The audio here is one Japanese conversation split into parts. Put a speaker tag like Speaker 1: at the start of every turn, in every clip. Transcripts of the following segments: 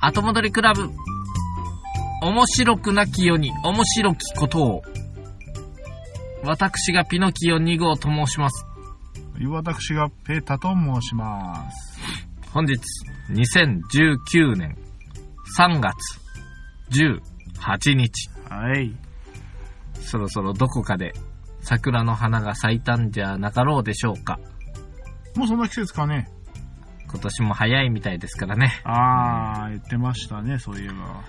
Speaker 1: 後戻りクラブ。面白くなきように面白きことを。私がピノキオ2号と申します。
Speaker 2: 私がペータと申します。
Speaker 1: 本日、2019年3月18日。
Speaker 2: はい。
Speaker 1: そろそろどこかで桜の花が咲いたんじゃなかろうでしょうか。
Speaker 2: もうそんな季節かね。
Speaker 1: 今年も早いみたいですからね。
Speaker 2: あー、言ってましたね、そういえば。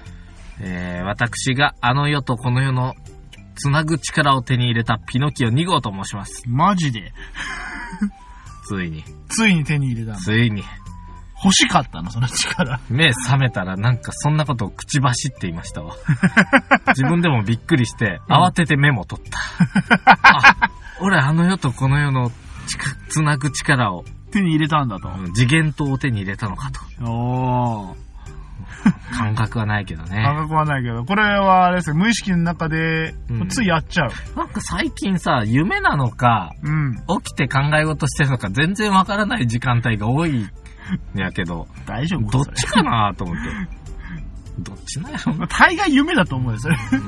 Speaker 1: えー私があの世とこの世のつなぐ力を手に入れたピノキオ2号と申します。
Speaker 2: マジで。
Speaker 1: ついに、
Speaker 2: ついに手に入れたの。
Speaker 1: ついに。
Speaker 2: 欲しかったの、その力。
Speaker 1: 目覚めたらなんかそんなことを口走っていました わ。自分でもびっくりして、慌ててメモ取 った。あ、俺あの世とこの世の近くつなぐ力を、
Speaker 2: 手に入れたんだと。
Speaker 1: うん次元とを手に入れたのかと。
Speaker 2: おー。
Speaker 1: 感覚はないけどね。
Speaker 2: 高くはないけど、これはあれですよ、無意識の中で
Speaker 1: うん、
Speaker 2: ついやっちゃう。
Speaker 1: なんか最近さ、夢なのか、
Speaker 2: うん。
Speaker 1: 起きて考え事してるのか全然わからない時間帯が多いんやけど、
Speaker 2: 大丈夫
Speaker 1: どっ
Speaker 2: それ
Speaker 1: ちかなと思って。どっちなんやろ うな
Speaker 2: 大概夢だと思うよ、それ。
Speaker 1: うー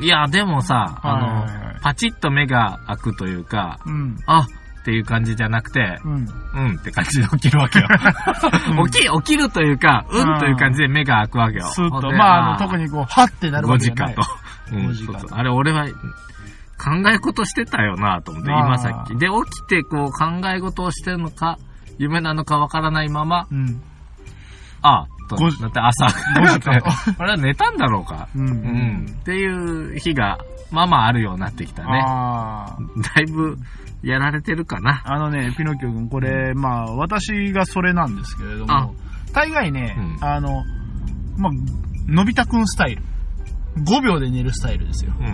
Speaker 1: んいや、でもさ、
Speaker 2: はいはい
Speaker 1: あ
Speaker 2: はい
Speaker 1: の、パチッと目が開くというか、
Speaker 2: うん。
Speaker 1: あっていう感じじゃなくて、
Speaker 2: うん。
Speaker 1: うんって感じで起きるわけ よ。起き、起きるというか、うんという感じで目が開くわけよ。
Speaker 2: スーッと。
Speaker 1: ほんで
Speaker 2: まあ、あの、特にこう、はってなる
Speaker 1: 5
Speaker 2: わけじ
Speaker 1: 時
Speaker 2: ゃな
Speaker 1: 間
Speaker 2: い。
Speaker 1: と。うん、
Speaker 2: 5時
Speaker 1: そ
Speaker 2: 間
Speaker 1: う
Speaker 2: と
Speaker 1: そう。あれ、俺は、考え事してたよなと思って、
Speaker 2: まあ
Speaker 1: 今さっき。で、起きてこう、考え事をしてるのか、夢なのかわからないまま、
Speaker 2: うん。
Speaker 1: ああ、と
Speaker 2: ごじ
Speaker 1: なって朝。
Speaker 2: 5時間と。
Speaker 1: 俺は寝たんだろうか。
Speaker 2: うん。う
Speaker 1: うん。っていう日が、まあまああるようになってきたね。
Speaker 2: あ ー
Speaker 1: だいぶ、やられてるかな。
Speaker 2: あのね、ピノキオ君、これ、まあ、私がそれなんですけれど
Speaker 1: あ
Speaker 2: も、大概ね、
Speaker 1: うん
Speaker 2: あの、まあ、のび太くんスタイル。5秒で寝るスタイルですよ。
Speaker 1: うんうん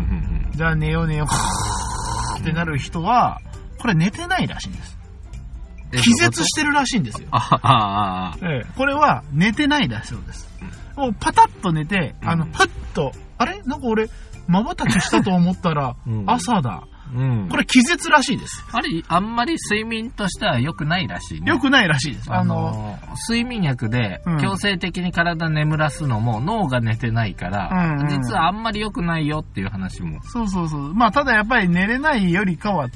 Speaker 1: うん。
Speaker 2: じゃあ寝よう寝よう、ってなる人は、これ寝てないらしいんです。
Speaker 1: え
Speaker 2: 気絶してるらしいんですよ。
Speaker 1: ああ、ああ、
Speaker 2: ええこれは寝てないだそうです。もうパタッと寝て、あの、
Speaker 1: うん、
Speaker 2: ふっと、あれなんか俺、瞬きしたと思ったら
Speaker 1: うん
Speaker 2: 朝だ。
Speaker 1: うん。
Speaker 2: これ気絶らしいです。
Speaker 1: あれ、あんまり睡眠としては良くないらしいね。
Speaker 2: 良くないらしいです。
Speaker 1: あ
Speaker 2: あの、
Speaker 1: の、睡眠薬で
Speaker 2: うん
Speaker 1: 強制的に体眠らすのも脳が寝てないから、
Speaker 2: うんうん
Speaker 1: 実はあんまり良くないよっていう話も。
Speaker 2: そうそうそう。まあ、ただやっぱり寝れないよりかはっ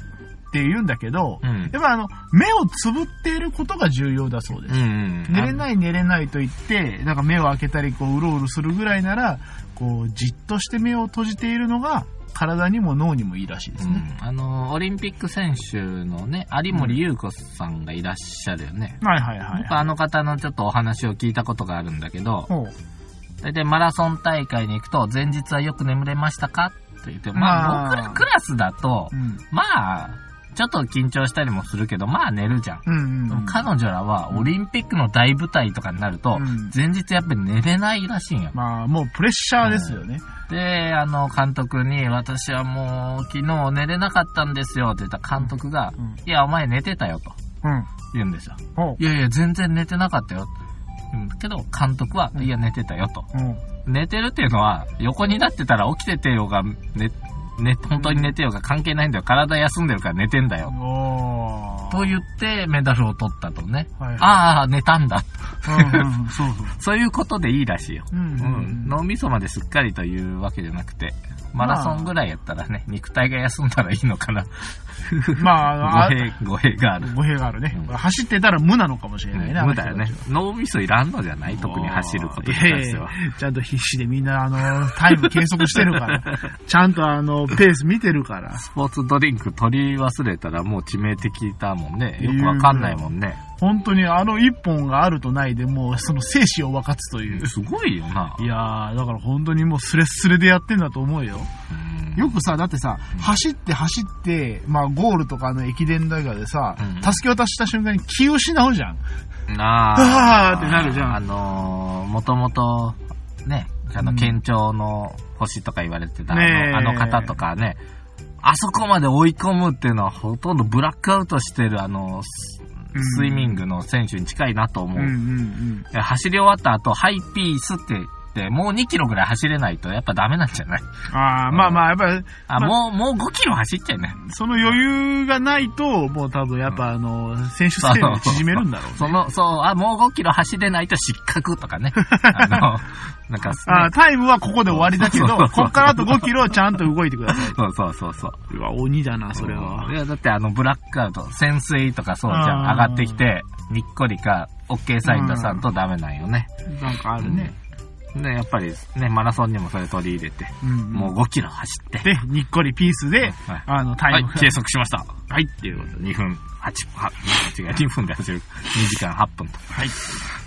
Speaker 2: て言うんだけど、
Speaker 1: うん。
Speaker 2: やっぱあの、目をつぶっていることが重要だそうです
Speaker 1: うん、う。ん。
Speaker 2: 寝れ
Speaker 1: い。
Speaker 2: ない寝れないと言って、なんか目を開けたり、こう、うろうろするぐらいなら、こう、じっとして目を閉じているのが、体にも脳にもいいらしいで
Speaker 1: う
Speaker 2: すね。
Speaker 1: ん、あの、オリンピック選手のね、有森裕子さんがいらっしゃるよね。
Speaker 2: はいはいはい、
Speaker 1: 僕あの方のちょっとお話を聞いたことがあるんだけど、
Speaker 2: ほう
Speaker 1: 大体マラソン大会に行くと、前日はよく眠れましたかって言って、まあ
Speaker 2: まあ
Speaker 1: 僕らクラスだと
Speaker 2: う、ん。
Speaker 1: まあ、ちょっと緊張したりもするけど、まあ寝るじゃん。
Speaker 2: うん
Speaker 1: で
Speaker 2: う
Speaker 1: も
Speaker 2: ん。
Speaker 1: 彼女らはオリンピックの大舞台とかになると
Speaker 2: うん、
Speaker 1: 前日やっぱり寝れないらしいんよ。
Speaker 2: まあ、もうプレッシャーですよね。
Speaker 1: で、あの、監督に、私はもう昨日寝れなかったんですよって言ったら監督が、
Speaker 2: うん。
Speaker 1: いや、お前寝てたよと
Speaker 2: うん。
Speaker 1: 言うんですよ。
Speaker 2: ほう
Speaker 1: いやいや、全然寝てなかったよ。うんけど、監督は、
Speaker 2: うん
Speaker 1: いや、寝てたよと。
Speaker 2: うん。
Speaker 1: 寝てるっていうのは、横になってたら起きててようが、ね、ね、本当に寝てようが関係ないんだよ。体休んでるから寝てんだよ。
Speaker 2: おー
Speaker 1: と言って、メダルを取ったとね。
Speaker 2: はいはい。
Speaker 1: ああ、寝たんだ。
Speaker 2: うんうん、そうそう。
Speaker 1: そういうことでいいらしいよ。
Speaker 2: うん
Speaker 1: う。
Speaker 2: うんん。
Speaker 1: 脳みそまですっかりというわけじゃなくて、マラソンぐらいやったらね、肉体が休んだらいいのかな。
Speaker 2: まあ、あ
Speaker 1: 語弊、語弊がある。
Speaker 2: 語弊があるね。
Speaker 1: うん
Speaker 2: 走ってたら無なのかもしれないね。
Speaker 1: 無だよね
Speaker 2: あの人たちは。
Speaker 1: 脳みそいらんのじゃない特に走ることに関しては。
Speaker 2: いやいやちゃんと必死でみんな、あの、タイム計測してるから。 ちゃんと、あの、ペース見てるから。
Speaker 1: スポーツドリンク取り忘れたらもう致命的だもんね。よくわかんないもんね。
Speaker 2: 本当にあの一本があるとないで、もうその生死を分かつという。
Speaker 1: すごいよな。
Speaker 2: いやー、だから本当にもうスレスレでやってんだと思うよ。
Speaker 1: うん
Speaker 2: よくさ、だってさ、走って走って、まあゴールとかの駅伝だがでさ、
Speaker 1: うん
Speaker 2: 助け渡した瞬間に気を失うじゃん。
Speaker 1: なあ。
Speaker 2: あーってなるじゃん
Speaker 1: あのー、もともと、ね、あの、
Speaker 2: うん
Speaker 1: 県庁の星とか言われてた、
Speaker 2: ねえ
Speaker 1: あの、あの方とかね、あそこまで追い込むっていうのはほとんどブラックアウトしてる、あの、ス
Speaker 2: うん
Speaker 1: スイミングの選手に近いなと思う。
Speaker 2: うんうん
Speaker 1: 走り終わった後、ハイピースってって、もう2キロぐらい走れないとやっぱダメなんじゃない
Speaker 2: ああ、まあまあ、やっぱり、
Speaker 1: あ、
Speaker 2: まあ
Speaker 1: もう、もう5キロ走っちゃうね。
Speaker 2: その余裕がないと、もう多分やっぱあの、選手生命縮めるんだろうね。
Speaker 1: その、そう、あ、もう5キロ走れないと失格とか ね。あの、なんか、ね、
Speaker 2: あータイムはここで終わりだけど、
Speaker 1: そうそうそう
Speaker 2: こっからあと5キロちゃんと動いてください。
Speaker 1: そうそうそうそう。
Speaker 2: うわ、鬼だな、それは。
Speaker 1: いや、だってあの、ブラックアウト、潜水とかそうじゃん。上
Speaker 2: あー
Speaker 1: がってきて、にっこりか、OK サイン出さんとダメなんよね。
Speaker 2: なんかあるね。
Speaker 1: で、やっぱりね、マラソンにもそれ取り入れて、
Speaker 2: うん。
Speaker 1: もう5キロ走って。
Speaker 2: で、にっこりピースで、
Speaker 1: はい
Speaker 2: あの、タ
Speaker 1: は
Speaker 2: イ
Speaker 1: い
Speaker 2: ム、、
Speaker 1: 計測しました。はい、っていうことで、2分8分、は 違う、2分で走る。2時間8分と。
Speaker 2: はい。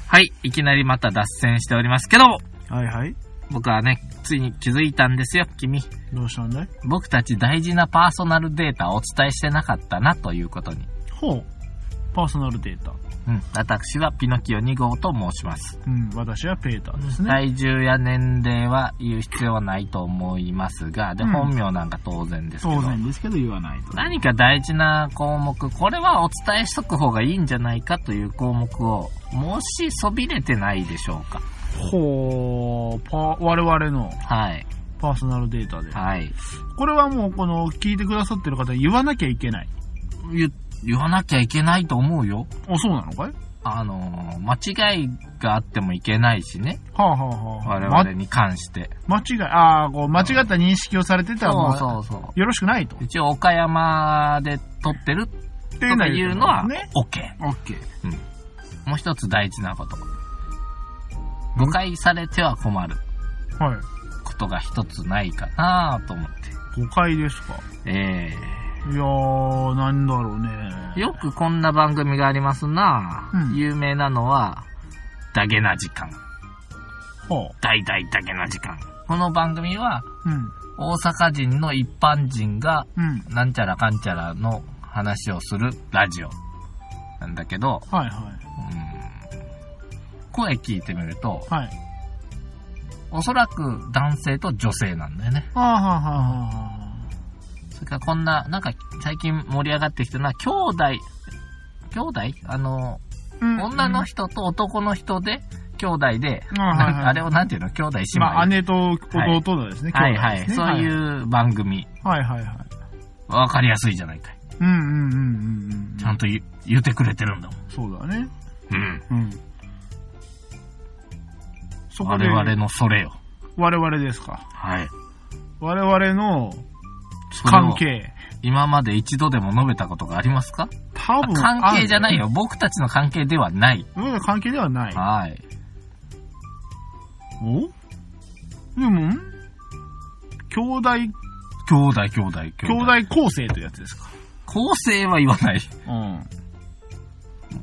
Speaker 1: はい、いきなりまた脱線しておりますけども、
Speaker 2: はいはい。
Speaker 1: 僕はね、ついに気づいたんですよ、君。
Speaker 2: どうしたんだい
Speaker 1: 僕たち大事なパーソナルデータをお伝えしてなかったな、ということに。
Speaker 2: ほう。パーソナルデータ。
Speaker 1: うん、私はピノキオ2号と申します。
Speaker 2: うん、私はペーターですね。
Speaker 1: 体重や年齢は言う必要はないと思いますが、で、
Speaker 2: うん
Speaker 1: 本名なんか当然ですけ
Speaker 2: 当
Speaker 1: ど。
Speaker 2: 然ですけど言わないと。
Speaker 1: 何か大事な項目、これはお伝えしとく方がいいんじゃないかという項目を、もしそびれてないでしょうか。
Speaker 2: ほう、パ我々の
Speaker 1: はい。
Speaker 2: パーソナルデータで。
Speaker 1: はい。
Speaker 2: これはもうこの聞いてくださってる方に言わなきゃいけない。
Speaker 1: 言、言わなきゃいけないと思うよ。
Speaker 2: あ、そうなのかい
Speaker 1: あのー、間違いがあってもいけないしね。
Speaker 2: はあはあはあ。
Speaker 1: 我
Speaker 2: ま
Speaker 1: 々に関して。
Speaker 2: 間違い、ああ、こう、間違った認識をされてたら、まあ、
Speaker 1: そうそうそ
Speaker 2: よろしくないと。
Speaker 1: う。一応、岡山で撮ってるっ
Speaker 2: って
Speaker 1: ていうのは
Speaker 2: ね。、
Speaker 1: OK。
Speaker 2: オッケー。
Speaker 1: もう一つ大事なこと。誤解されては困る
Speaker 2: はい。
Speaker 1: ことが一つないかなと思って。
Speaker 2: 誤解ですか。
Speaker 1: え
Speaker 2: いやー、なんだろう
Speaker 1: ー、
Speaker 2: ね。
Speaker 1: よくこんな番組がありますな、
Speaker 2: うん
Speaker 1: 有名なのは、ダゲな時間。
Speaker 2: は
Speaker 1: 大大ダゲな時間。この番組は、
Speaker 2: あ、うん。
Speaker 1: 大阪人の一般人が、
Speaker 2: うん。
Speaker 1: なんちゃらかんちゃらの話をするラジオ。なんだけど、
Speaker 2: はいはい。
Speaker 1: うん声聞いてみると、
Speaker 2: はい。
Speaker 1: おそらく男性と女性なんだよね。
Speaker 2: ああ、はあはあはあは
Speaker 1: それからこんな、なんか最近盛り上がってきたのは、兄弟、兄弟あの、
Speaker 2: あうん。
Speaker 1: 女の人と男の人で、兄弟で、
Speaker 2: あはいはい
Speaker 1: なんかあれをなんていうの兄弟姉妹。
Speaker 2: まあ、姉と弟のですね、
Speaker 1: はい
Speaker 2: 兄弟
Speaker 1: は
Speaker 2: で
Speaker 1: い。
Speaker 2: すね
Speaker 1: そうい。う番組、
Speaker 2: はいはいはい。
Speaker 1: わかりやすいじゃないかい。
Speaker 2: うんうんうんうんうん。
Speaker 1: ちゃんと言う言ってくれてるんだもん。
Speaker 2: そうだね。
Speaker 1: うん。
Speaker 2: うん。そこ
Speaker 1: 我
Speaker 2: で、
Speaker 1: 々のそれよ。
Speaker 2: 我々ですか。
Speaker 1: はい。
Speaker 2: 我々の
Speaker 1: それを
Speaker 2: 関。係。
Speaker 1: 今まで一度でも述べたことがありますか
Speaker 2: 多分
Speaker 1: 関係じゃない。よ。僕たちの関係ではない。
Speaker 2: うん、関係ではない。
Speaker 1: はい。
Speaker 2: おでも、ん兄弟、
Speaker 1: 兄弟、兄弟、兄弟。
Speaker 2: 兄弟構成というやつですか。
Speaker 1: 構成は言わない。
Speaker 2: うん。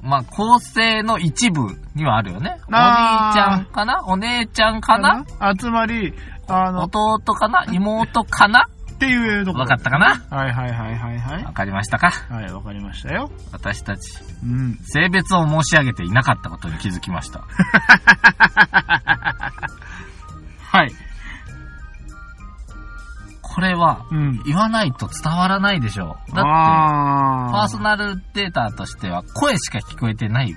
Speaker 1: まあ、構成の一部にはあるよね。お兄ち
Speaker 2: あー
Speaker 1: ゃんかなお姉ちゃんかな
Speaker 2: あつまり、あの、っ
Speaker 1: 弟かな妹かな
Speaker 2: ていうところ。
Speaker 1: わかったかな
Speaker 2: はいはいはいはいはい
Speaker 1: わ。かりましたか
Speaker 2: はい、わかりましたよ。
Speaker 1: 私たち、
Speaker 2: うん。
Speaker 1: 性別を申し上げていなかったことに気づきました。
Speaker 2: はい。
Speaker 1: これは、
Speaker 2: うん。
Speaker 1: 言わないと伝わらないでしょう。だって、
Speaker 2: あ
Speaker 1: パーソ
Speaker 2: ル。
Speaker 1: ナルデータとしては声しか聞こえてない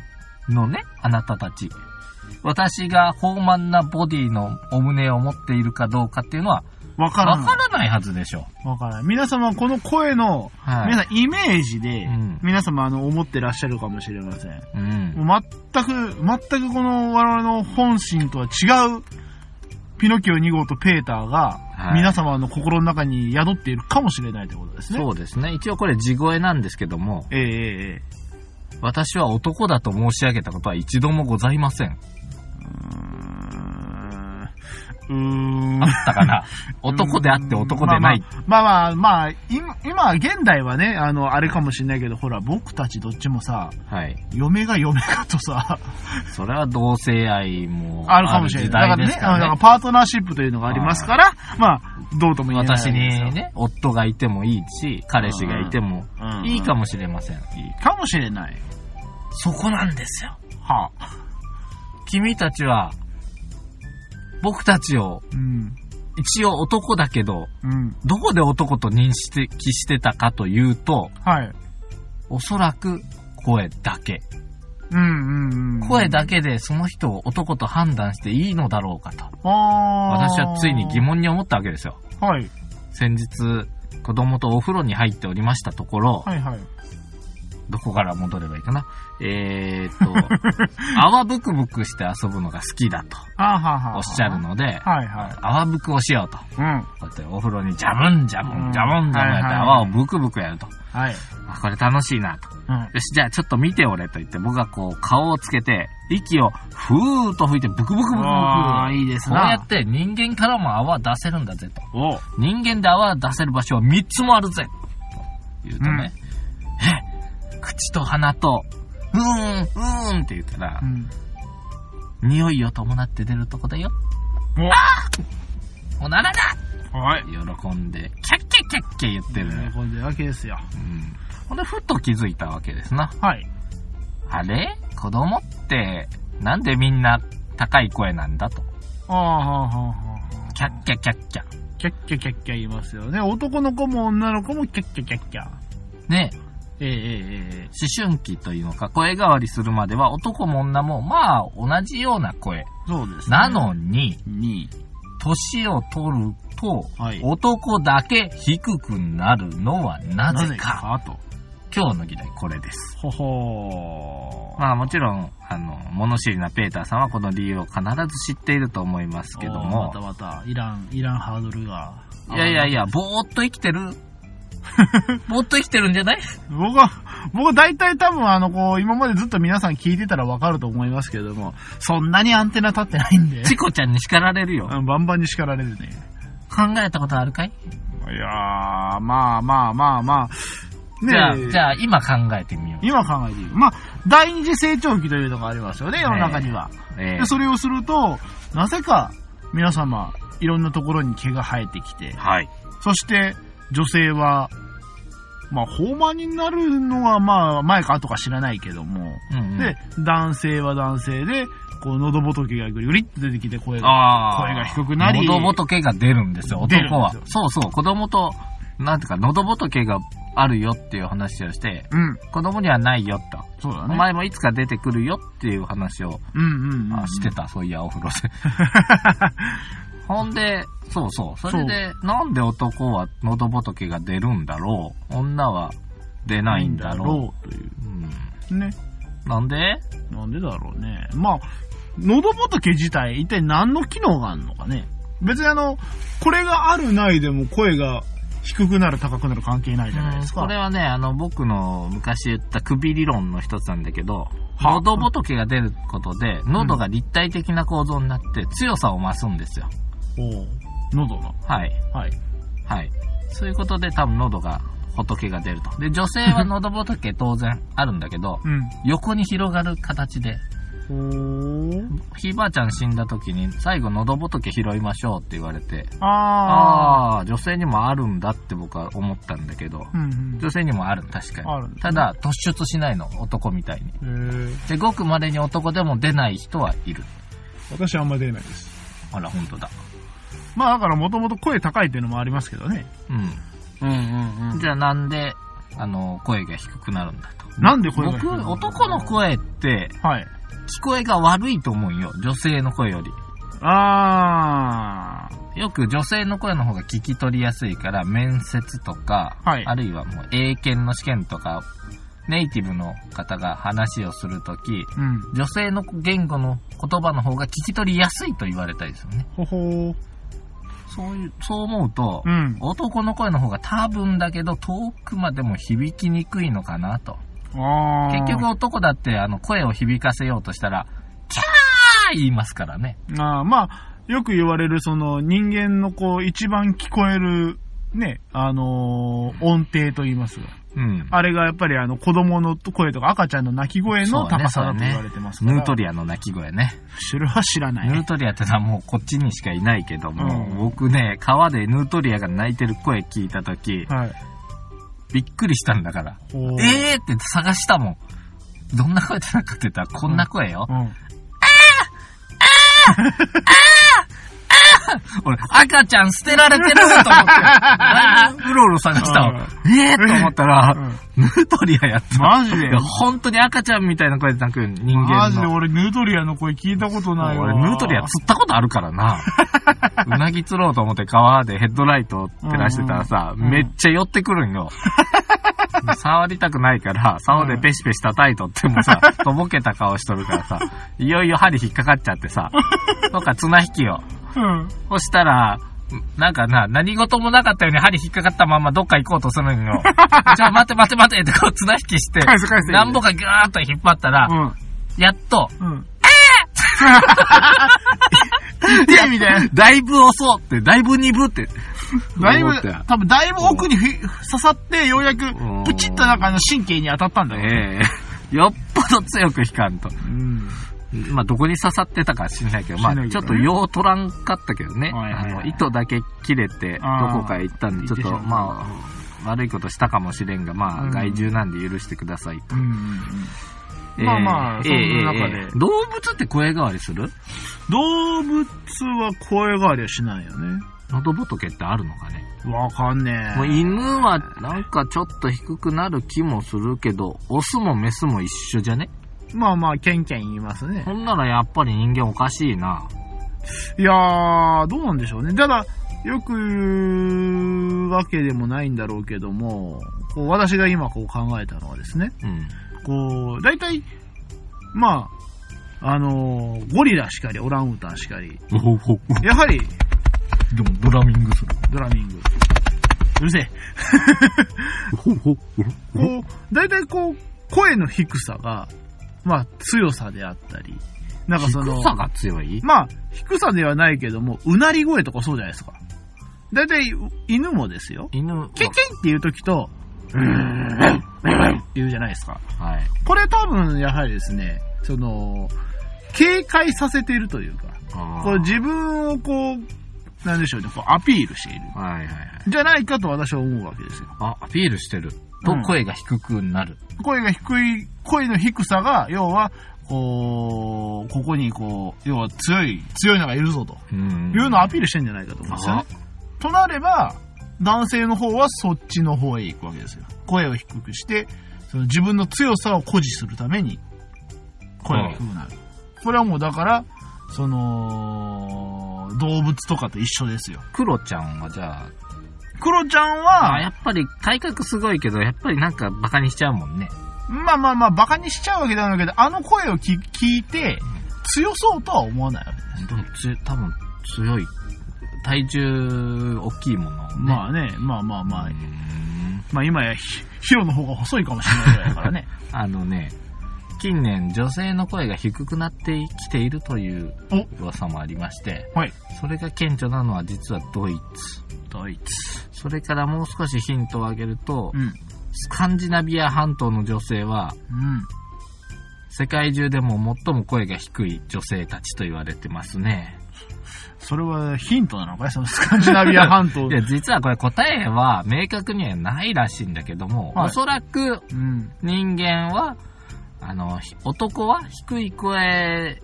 Speaker 1: のね、あなたたち。私が豊満なボディのお胸を持っているかどうかっていうのは、
Speaker 2: わから
Speaker 1: わ
Speaker 2: ん。
Speaker 1: からないはずでしょ
Speaker 2: わからない。皆様、この声の、
Speaker 1: う。はい。
Speaker 2: 皆さん、イメージで、
Speaker 1: うん
Speaker 2: 皆様、あの、思ってらっしゃるかもしれません。
Speaker 1: うん。
Speaker 2: もう全く、全くこの我々の本心とは違う、ピノキオ2号とペーターが
Speaker 1: は、い
Speaker 2: 皆様の心の中に宿っているかもしれないということですね。
Speaker 1: そうですね。一応これ地声なんですけども、
Speaker 2: ええええ
Speaker 1: 私は男だと申し上げたことは一度もございません。
Speaker 2: うーん。うーん
Speaker 1: あったか な男であって男でない。。
Speaker 2: まあまあ、まあまあ、今、今、現代はね、あの、あれかもしれないけど、ほら、僕たちどっちもさ、
Speaker 1: はい。
Speaker 2: 嫁が嫁かとさ、
Speaker 1: それは同性愛も
Speaker 2: あるかもしれない。
Speaker 1: ある
Speaker 2: だか
Speaker 1: 時代で
Speaker 2: らね、
Speaker 1: すか
Speaker 2: あの
Speaker 1: ら
Speaker 2: だ
Speaker 1: ね
Speaker 2: からパートナーシップというのがありますから、まあ、どうとも言えない。
Speaker 1: 私に。ね、夫がいてもいいし、彼氏がいても
Speaker 2: うん
Speaker 1: いいかもしれません。
Speaker 2: いいかもしれない。
Speaker 1: そこなんですよ。
Speaker 2: はあ。
Speaker 1: 君たちは、僕たちを
Speaker 2: うん。
Speaker 1: 一応男だけど、
Speaker 2: うん。
Speaker 1: どこで男と認識してたかというと、
Speaker 2: はい。
Speaker 1: おそらく声だけ。
Speaker 2: うんうんうん。
Speaker 1: 声だけでその人を男と判断していいのだろうかと。
Speaker 2: ああ。
Speaker 1: 私はついに疑。問に思ったわけですよ。
Speaker 2: はい。
Speaker 1: 先日、子供とお風呂に入っておりましたところ、
Speaker 2: はいはい。
Speaker 1: どこから戻ればいいかな。えーっと、 泡ブクブクして遊ぶのが好きだと
Speaker 2: あーはーはーはー
Speaker 1: おっしゃる。ので、
Speaker 2: はいはい。
Speaker 1: 泡ブクをしようと。
Speaker 2: うん。
Speaker 1: こうやってお風呂にジャブンジャブ
Speaker 2: うん
Speaker 1: ンジャブンジャブンやって
Speaker 2: はいはい
Speaker 1: 泡をブクブクやると。
Speaker 2: はい。
Speaker 1: あ、これ楽しいなと。
Speaker 2: うん。
Speaker 1: よし、じゃあちょっと見ておれと言って、僕がこう顔をつけて、息をふーっと吹いてブクブクブクブク。
Speaker 2: ああ、いいです
Speaker 1: そうや
Speaker 2: な
Speaker 1: っ。て人間からも泡出せるんだぜと。
Speaker 2: お
Speaker 1: 人間で泡出せる場所は3つもあるぜと言うとね、え口と鼻と、うーん、うーんって言ったら
Speaker 2: う、ん。
Speaker 1: 匂いを伴って出るとこだよ。おならだ
Speaker 2: おはい。
Speaker 1: 喜んで、キャッキャッキャッキャ言ってるね。
Speaker 2: 喜んでるわけですよ。
Speaker 1: うん。ほんで、ふと気づいたわけですな。
Speaker 2: はい。
Speaker 1: あれ子供って、なんでみんな高い声なんだと。
Speaker 2: あーはーはーはー
Speaker 1: キャッキャキャッキャ。
Speaker 2: キャッキャキャッキャ言いますよね。男の子も女の子もキャッキャキャッキャ。
Speaker 1: ね
Speaker 2: ええええええ
Speaker 1: 思春期というのか、声変わりするまでは男も女も、まあ、同じような声。
Speaker 2: そうです、ね。
Speaker 1: なのに、
Speaker 2: に。
Speaker 1: 年を取ると、
Speaker 2: はい
Speaker 1: 男だけ低くなるのはなぜか。
Speaker 2: かと。
Speaker 1: 今日の議題これです。
Speaker 2: ほほー。
Speaker 1: まあもちろん、あの、物知りなペーターさんはこの理由を必ず知っていると思いますけども
Speaker 2: お、ーまたまた、いらん、いらんハードルが。
Speaker 1: いやいやいや、ぼーっと生きてる ぼーっと生きてるんじゃない
Speaker 2: 僕は、 僕は大体多分あの、こう、今までずっと皆さん聞いてたらわかると思いますけれども、そんなにアンテナ立ってないんで、
Speaker 1: チコちゃんに叱られるよ。
Speaker 2: うん バンバンに叱られるね。
Speaker 1: 考えたことあるかい、
Speaker 2: いやー、まあまあまあまあ、
Speaker 1: じゃあ、じ
Speaker 2: あ、
Speaker 1: ゃあ今考えてみよう。
Speaker 2: 今考えている。まあ、第二次成長期というのがありますよね、世の中には。
Speaker 1: え
Speaker 2: でそれをすると、なぜか、皆様、いろんなところに毛が生えてきて
Speaker 1: え、はい。
Speaker 2: そして、女性は、まあ、放慢になるのは、まあ、前か後か知らないけども、
Speaker 1: うんうん、
Speaker 2: で、男性は男性で、こう、喉仏がぐりぐりって出てきて、声が。
Speaker 1: あー
Speaker 2: 声が低くなり
Speaker 1: 喉仏が出るんですよ、
Speaker 2: 出るんで
Speaker 1: 男
Speaker 2: すよ
Speaker 1: は。そうそう、子供と、なんていうか、喉仏があるよっていう話をして、
Speaker 2: うん、
Speaker 1: 子供にはないよと。
Speaker 2: そうだ
Speaker 1: お
Speaker 2: ね。
Speaker 1: 前もいつか出てくるよっていう話を、
Speaker 2: うんうん、うん。
Speaker 1: あしてた、そういや、お風呂 で。ほんで、そうそう。それで、なんで男は喉仏が出るんだろう女は出ないんだろ。
Speaker 2: う。という
Speaker 1: うん、
Speaker 2: う。ね。
Speaker 1: なんで
Speaker 2: なんでだろうね。まあ、喉仏自体、一体何の機能があるのかね。別にあの、これがあるないでも声が低くなる高くなる関係ないじゃないですか。
Speaker 1: これはね、あの、僕の昔言った首理論の一つなんだけど、
Speaker 2: は
Speaker 1: 喉仏が出ることで、喉が立体的な構造になって強さを増すんですよ。
Speaker 2: おう喉の。
Speaker 1: はい。
Speaker 2: はい。
Speaker 1: はい。そういうことで多分喉が、仏が出ると。で、女性 は喉仏当然あるんだけど、
Speaker 2: うん。
Speaker 1: 横に広がる形で、
Speaker 2: ほー。
Speaker 1: ひいばあちゃん死んだ時に最後喉仏拾いましょうって言われて、
Speaker 2: あ
Speaker 1: ああー、女性にもあるんだって僕は思ったんだけど、
Speaker 2: ー。うん
Speaker 1: 女性にもある、確かに。
Speaker 2: あるんです
Speaker 1: た
Speaker 2: ね
Speaker 1: だ、突出しないの、男みたいに。
Speaker 2: うん。えー、
Speaker 1: で、ごく稀に男でも出ない人はいる。
Speaker 2: 私はあんま出ないです。
Speaker 1: あら、本当だ。
Speaker 2: まあだからもともと声高いっていうのもありますけどね。
Speaker 1: うん。
Speaker 2: うんうん
Speaker 1: じゃあなんで、あの、声が低くなるんだと。
Speaker 2: なんで声が低
Speaker 1: 僕、
Speaker 2: いの
Speaker 1: 男の声って、
Speaker 2: はい。
Speaker 1: 聞こえが悪いと思うよ。女性の声より。
Speaker 2: あ
Speaker 1: よく女性の声の方が聞き取りやすいから、面接とか、
Speaker 2: はい
Speaker 1: あるいはもう英検の試験とか、ネイティブの方が話をするとき、
Speaker 2: ー。うん。
Speaker 1: 女性の言語の言葉の方が聞き取りやすいと言われたりするね。
Speaker 2: ほほー。
Speaker 1: そういう、そう思うと、
Speaker 2: うん。
Speaker 1: 男の声の方が多分だけど遠くまでも響きにくいのかなと。
Speaker 2: あー。
Speaker 1: 結局男だってあの声を響かせようとしたら、キャー言いますからね。
Speaker 2: あーまあ、よく言われるその人間のこう一番聞こえるね、あのー音程と言いますが。
Speaker 1: うん。
Speaker 2: あれがやっぱりあの子供の声とか赤ちゃんの泣き声の高さだと言われてますから。
Speaker 1: ヌートリアの鳴き声ね。
Speaker 2: 知るは知らな
Speaker 1: ヌー
Speaker 2: い。
Speaker 1: トリアってのはもうこっちにしかいないけども、
Speaker 2: うん
Speaker 1: 僕ね、川でヌートリアが泣いてる声聞いたとき、
Speaker 2: はい。
Speaker 1: びっくりしたんだから。
Speaker 2: ほー
Speaker 1: えーって探したもん。どんな声でなかって言ったらこんな声よ。
Speaker 2: うん。
Speaker 1: 俺、赤ちゃん捨てられてると思って、だいぶうろうろ探したわ。ええと思ったら、ヌートリアやってた
Speaker 2: マジで
Speaker 1: いや本当に赤ちゃんみたいな声で泣く人間
Speaker 2: マジで
Speaker 1: の。
Speaker 2: 俺ヌートリアの声聞いたことないわ。
Speaker 1: 俺、ヌートリア釣ったことあるから な。うなぎ釣ろうと思って川でヘッドライトを照らしてたらさ、
Speaker 2: うんうん
Speaker 1: めっちゃ寄ってくるん よ。触りたくないから、竿でペシペシ叩いとってもさ、とぼけた顔しとるからさ、いよいよ針引っかかっちゃって さ、とか綱引きを。
Speaker 2: うん。
Speaker 1: そしたら、なんかな、何事もなかったように針引っかかったままどっか行こうとするん よ。じゃあ待て待て待てってこう綱引きして、
Speaker 2: 返せ返せ。
Speaker 1: なんぼかギューッと引っ張ったら、やっと、
Speaker 2: うん。うん。え えみたいな。
Speaker 1: だいぶ遅って、だいぶ鈍って。
Speaker 2: だいぶ
Speaker 1: 思ったよ、
Speaker 2: 多分だいぶ奥にふ刺さって、ようやく
Speaker 1: ん、
Speaker 2: プチッとなんかあの神経に当たったんだね。
Speaker 1: ええ よっぽど強く引かんと。
Speaker 2: うん。
Speaker 1: まあ、どこに刺さってたか知んないけど、まあ
Speaker 2: 知ん、ない
Speaker 1: ち
Speaker 2: け
Speaker 1: ょ
Speaker 2: ど
Speaker 1: っ
Speaker 2: ね
Speaker 1: とよう取らんかったけどね。
Speaker 2: はいはい
Speaker 1: あ
Speaker 2: はい
Speaker 1: の、糸だけ切れて、ど
Speaker 2: あー
Speaker 1: こかへ行ったんで、ちょっと、まあ、悪いことしたかもしれんが、まあ、
Speaker 2: うん
Speaker 1: 害獣なんで許してくださいと。
Speaker 2: うん。まあまあ
Speaker 1: ええ
Speaker 2: そんな中で
Speaker 1: ええええ動物って声変わりする
Speaker 2: 動物は声変わりはしないよね。
Speaker 1: 喉仏ってあるのかね
Speaker 2: わかんねえ。
Speaker 1: もう犬はなんかちょっと低くなる気もするけど、オスもメスも一緒じゃね
Speaker 2: まあまあ、ケンケン言いますね
Speaker 1: ほ。んならやっぱり人間おかしいな。
Speaker 2: いやー、どうなんでしょうね。ただ、よく言うわけでもないんだろうけども、こう私が今こう考えたのはですね、
Speaker 1: うん。
Speaker 2: こう、大体、まあ、あのーゴリラしかり、オランウータンしかり、
Speaker 1: ほほ
Speaker 2: やはり
Speaker 1: でもドラミングする。
Speaker 2: ドラミング。うるせえ。
Speaker 1: ほほ
Speaker 2: こう、大体こう、声の低さが、まあ、強さであったり、なんかその、
Speaker 1: 低さが強い
Speaker 2: まあ、低さではないけども、うなり声とかそうじゃないですか。だいたい、犬もですよ。
Speaker 1: 犬は、
Speaker 2: ケンケンっていう時と、言うじゃないですか。
Speaker 1: はい。
Speaker 2: これ多分、やはりですね、その、警戒させているというか、
Speaker 1: あー
Speaker 2: こう自分をこう、なんでしょうね、こうアピールしている。
Speaker 1: はいはいはい。
Speaker 2: じゃないかと私は思うわけですよ。
Speaker 1: あ、アピールしてる。と
Speaker 2: うん
Speaker 1: 声が低くなる。
Speaker 2: 声が低い、声の低さが、要は、こう、ここにこう、要は強い、強いのがいるぞと。
Speaker 1: うん
Speaker 2: いうのをアピールしてんじゃないかと思うんですよね。となれば、男性の方はそっちの方へ行くわけですよ。声を低くして、その自分の強さを誇示するために、声が低くなる。これはもうだから、その、動物とかと一緒ですよ。
Speaker 1: 黒ちゃんはじゃあ、
Speaker 2: クロちゃん
Speaker 1: あや
Speaker 2: は、
Speaker 1: っぱり体格すごいけど、やっぱりなんかバカにしちゃうもんね。
Speaker 2: まあまあまあ、馬鹿にしちゃうわけなんだけど、あの声を聞聞いて、強そうとは思わないわけです。
Speaker 1: でもつ多分強い。体重大きいものをね。
Speaker 2: まあね、まあまあまあ、
Speaker 1: うーん
Speaker 2: まあ今やヒヒロの方が細いかもしれないぐらいだから ね。
Speaker 1: あのね、近年女性の声が低くなってきているという噂もありまして、
Speaker 2: はい。
Speaker 1: それが顕著なのは実はドイツ。
Speaker 2: ドイツ。
Speaker 1: それからもう少しヒントをあげると、
Speaker 2: うん。
Speaker 1: スカンジナビア半島の女性は、
Speaker 2: うん。
Speaker 1: 世界中でも最も声が低い女性たちと言われてますね。
Speaker 2: それはヒントなのかいそのスカンジナビア半
Speaker 1: い
Speaker 2: 島
Speaker 1: や、実はこれ答えは明確にはないらしいんだけども、
Speaker 2: はい
Speaker 1: おそらく
Speaker 2: うん。
Speaker 1: 人間は、あの、ひ男は低い声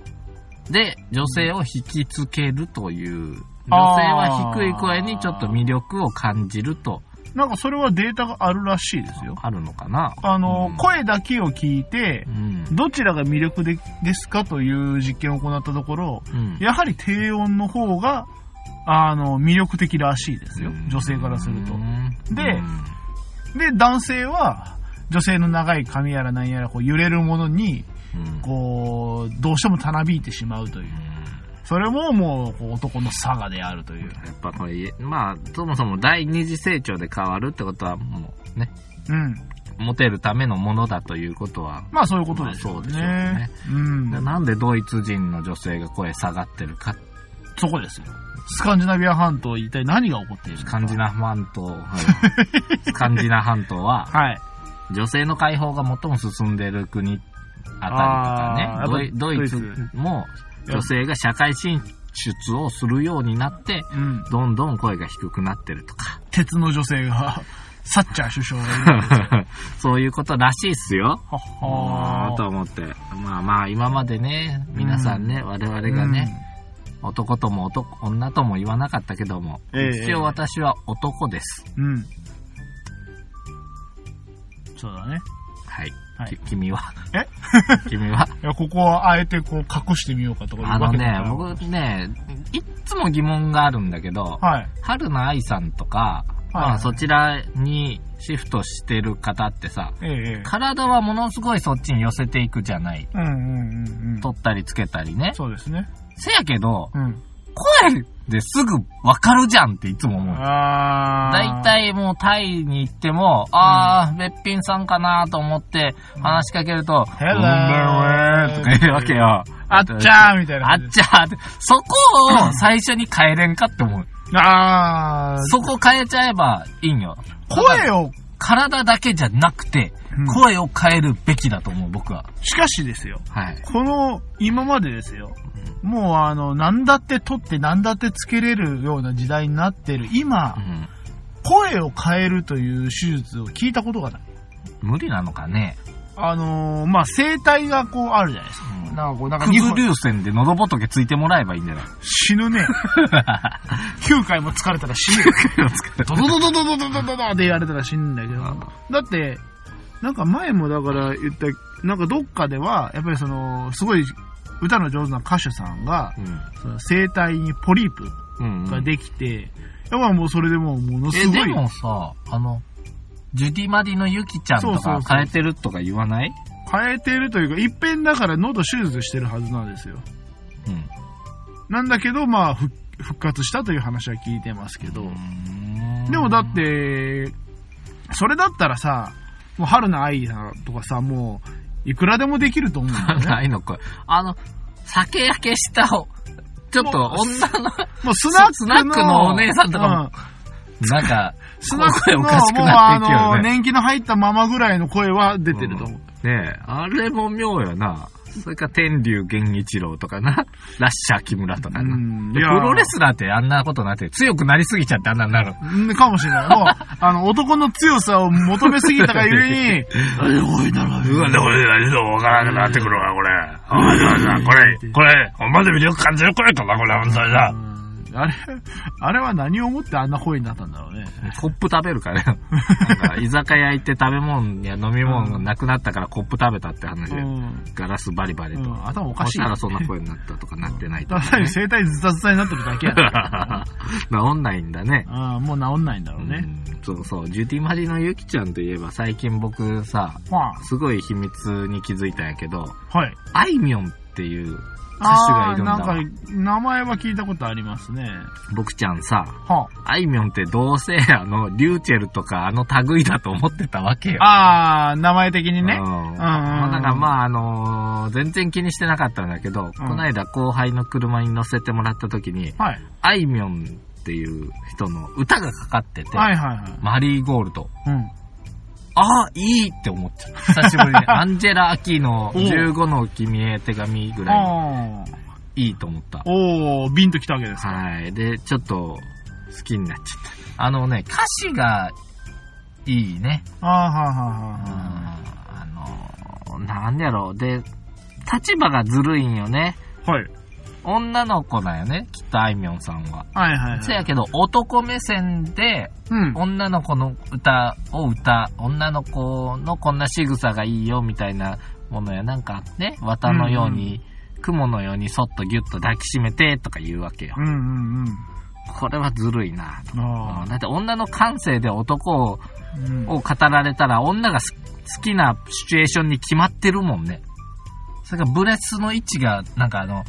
Speaker 1: で女性を引きつけるという、女性は低い声にちょっと魅力を感じると、
Speaker 2: なんかそれはデータがあるらしいですよ。
Speaker 1: あるのかな。
Speaker 2: あの、
Speaker 1: うん
Speaker 2: 声だけを聞いて
Speaker 1: う、ん。
Speaker 2: どちらが魅力でですかという実験を行ったところ、
Speaker 1: うん
Speaker 2: やはり低音の方が、あの、魅力的らしいですよ。女性からすると
Speaker 1: う。ん
Speaker 2: で
Speaker 1: うん
Speaker 2: で、男性は、女性の長い髪やら何やらこう揺れるものに、
Speaker 1: うん
Speaker 2: こう、どうしてもたなびいてしまうというう。
Speaker 1: ん
Speaker 2: それももうこう男の差がであるという。
Speaker 1: やっぱこれ、まあ、そもそも第二次成長で変わるってことは、もうね、
Speaker 2: うん。
Speaker 1: モテるためのものだということは、
Speaker 2: まあそういうことですよ
Speaker 1: まあそうでしょうね
Speaker 2: ね。うん。
Speaker 1: でなんでドイツ人の女性が声下がってるか、
Speaker 2: そこですよ。スカンジナビア半島一体何が起こっているの
Speaker 1: ス
Speaker 2: か
Speaker 1: カンジナ半島、はいスカンジナ半島は、
Speaker 2: はい。
Speaker 1: 女性の解放が最も進んでる国あたり
Speaker 2: あー
Speaker 1: とかね、ドイドイ
Speaker 2: やっぱ
Speaker 1: ツ
Speaker 2: ドイツ
Speaker 1: も女性が社会進出をするようになって、
Speaker 2: うん。
Speaker 1: どんどん声が低くなってるとか、
Speaker 2: 鉄の女性が、 サッチャー首相がいる。
Speaker 1: そういうことらしいっすよ。
Speaker 2: は
Speaker 1: あ
Speaker 2: は
Speaker 1: ーと思って。まあまあ、今までね、皆さんね、我々がね、男とも男女とも言わなかったけども、
Speaker 2: ええ
Speaker 1: 一応私は男です。
Speaker 2: うん。そうだね。
Speaker 1: はい。
Speaker 2: はい
Speaker 1: き 君は
Speaker 2: え
Speaker 1: 君はい
Speaker 2: や、ここはあえてこう隠してみようかとか
Speaker 1: あのね、
Speaker 2: 僕、
Speaker 1: 僕ね、いっつも疑問があるんだけど、
Speaker 2: はい。
Speaker 1: 春菜愛さんとか、まあそちらにシフトしてる方ってさ、
Speaker 2: ええええ
Speaker 1: 体はものすごいそっちに寄せていくじゃない。
Speaker 2: うんうんうんうん。
Speaker 1: 取ったりつけたりね。
Speaker 2: そうですね。
Speaker 1: せやけど、
Speaker 2: うん。
Speaker 1: 声ですぐわかるじゃんっていつも思う。
Speaker 2: あー。
Speaker 1: 大。体もうタイに行っても、あー、べっぴんさんかなと思って話しかけると、
Speaker 2: Hello
Speaker 1: こんばんはとか言うわけよ。
Speaker 2: あっちゃーみたいな
Speaker 1: あ
Speaker 2: 感じ
Speaker 1: っ
Speaker 2: で。
Speaker 1: ちゃーって、そこを最初に変えれんかって思う。
Speaker 2: あー。
Speaker 1: そこ変えちゃえばいいんよ。
Speaker 2: 声を、
Speaker 1: 体だけじゃなくて、
Speaker 2: うん
Speaker 1: 声を変えるべきだと思う、僕は。
Speaker 2: しかしですよ。
Speaker 1: はい。
Speaker 2: この、今までですよ。もうあの、なんだって取ってなんだってつけれるような時代になってる今
Speaker 1: う、ん。
Speaker 2: 声を変えるという手術を聞いたことがない。
Speaker 1: 無理なのかね。
Speaker 2: あのー、まあ、声帯がこうあるじゃないですか。
Speaker 1: うん
Speaker 2: なんかこう、なんか
Speaker 1: ク
Speaker 2: 二
Speaker 1: ズ
Speaker 2: 本
Speaker 1: 流線で喉仏ついてもらえばいいんじゃ ない
Speaker 2: 死ぬね。9回も疲れたら死ぬよ。ドドドドドドドドドドってやられたら死ぬんだけど。だって、なんか前もだから言った、なんかどっかでは、やっぱりその、すごい歌の上手な歌手さんが、その声帯にポリープ
Speaker 1: うん。うん。
Speaker 2: ができて、やっぱもうそれでもうもの
Speaker 1: え、
Speaker 2: すご
Speaker 1: で
Speaker 2: い。
Speaker 1: もさ、あの、ジュディマディのユキちゃんと
Speaker 2: そうそ
Speaker 1: か
Speaker 2: うそう
Speaker 1: 変えてるとか言わない
Speaker 2: 変えてるというか、一遍だから喉手術してるはずなんですよ。
Speaker 1: うん。
Speaker 2: なんだけど、まあ、復復活したという話は聞いてますけど。
Speaker 1: う
Speaker 2: でもだっ、て、それだったらさ、もう春菜愛さんとかさ、もう、いくらでもできると思うんだよね。
Speaker 1: ないの声。あの、酒焼けしたを、 ちょっと
Speaker 2: もう
Speaker 1: 女の、
Speaker 2: もうスナックの、
Speaker 1: スナックのお姉さんとかも
Speaker 2: う
Speaker 1: なん か、
Speaker 2: スナックの、
Speaker 1: 声お
Speaker 2: もう
Speaker 1: かしくな
Speaker 2: あ
Speaker 1: っていくよ
Speaker 2: の、
Speaker 1: ね。
Speaker 2: 年季の入ったままぐらいの声は出てると思う。
Speaker 1: ねえ、あれも妙よな。それか天竜源一郎とかな。 ラッシャー木村とかな。
Speaker 2: うん
Speaker 1: で
Speaker 2: い
Speaker 1: プ
Speaker 2: や
Speaker 1: ロレスラーってあんなことなって、強くなりすぎちゃってあんなに なる。
Speaker 2: うんかもしれない。 もう、あの、男の強さを求めすぎたがゆえに、あれ、おいだろ、
Speaker 1: うわ、これ、何だわからなくなってくるわ、これ。あこれ、これ、ほんまで魅力感じるくらいか な、これ、本当に
Speaker 2: う
Speaker 1: さ。
Speaker 2: んあれ、あれは何を思ってあんな声になったんだろうね。
Speaker 1: コップ食べるからね。なんか、居酒屋行って食べ物や飲み物がなくなったからコップ食べたって話
Speaker 2: う
Speaker 1: で。
Speaker 2: ん
Speaker 1: ガラスバリバリ
Speaker 2: う
Speaker 1: と。
Speaker 2: ん、頭お
Speaker 1: そ
Speaker 2: かし
Speaker 1: し
Speaker 2: い
Speaker 1: た
Speaker 2: よ。
Speaker 1: らそんな声になったとかなってないと
Speaker 2: た
Speaker 1: か。
Speaker 2: だ単に声帯ズタズタになってるだけや ね
Speaker 1: 治んないんだね。
Speaker 2: ああ、もう治んないんだろうね。
Speaker 1: うんそうそう。ジュディマリのゆきちゃんといえば最近僕さ、
Speaker 2: ま
Speaker 1: すごい秘密に気づいたんやけど、
Speaker 2: あ、はい。
Speaker 1: あいみょんっていう歌手が
Speaker 2: あ
Speaker 1: い
Speaker 2: あ
Speaker 1: るんだわ。
Speaker 2: なんか、名前は聞いたことありますね。
Speaker 1: 僕ちゃんさ、
Speaker 2: は
Speaker 1: あいみょんってどうせあの、リューチェルとかあの類だと思ってたわけよ。
Speaker 2: あ。ああ、名前的にね
Speaker 1: う。ん。
Speaker 2: うん
Speaker 1: まあだからまああのー全然気にしてなかったんだけど、この間後輩の車に乗せてもらった時に、
Speaker 2: はい。
Speaker 1: あいみょんっていう人の歌がかかってて、
Speaker 2: はいはいはい。
Speaker 1: マリーゴールド。
Speaker 2: うん。
Speaker 1: ああ、いいって思っちゃった。 久しぶりに。アンジェラ・アキの15の君へ手紙ぐら
Speaker 2: ああ。
Speaker 1: いいいと思った。
Speaker 2: おー、ビンときたわけですか。
Speaker 1: はい。で、ちょっと好きになっちゃった。あのね、歌詞がいいね。
Speaker 2: あ
Speaker 1: う
Speaker 2: あ、は
Speaker 1: ん。
Speaker 2: あはあは
Speaker 1: あの、なんやろう。で、立場がずるいんよね。
Speaker 2: あ。はい。
Speaker 1: 女の子だよね、きっとあいみょんさんは。
Speaker 2: はいはいはい。
Speaker 1: せやけど、男目線で、
Speaker 2: うん。
Speaker 1: 女の子の歌を歌、女の子のこんな仕草がいいよみたいなものやなんかね、綿のように、雲のようにそっとギュッと抱きしめてとか言うわけよ
Speaker 2: う。んうんうん。
Speaker 1: これはずるいなと。
Speaker 2: あ
Speaker 1: だって女の感性で男を
Speaker 2: あ。うん
Speaker 1: を語られたら女がす好きなシチュエーションに決まってるもんね。それからブレスの位置がなんかあの、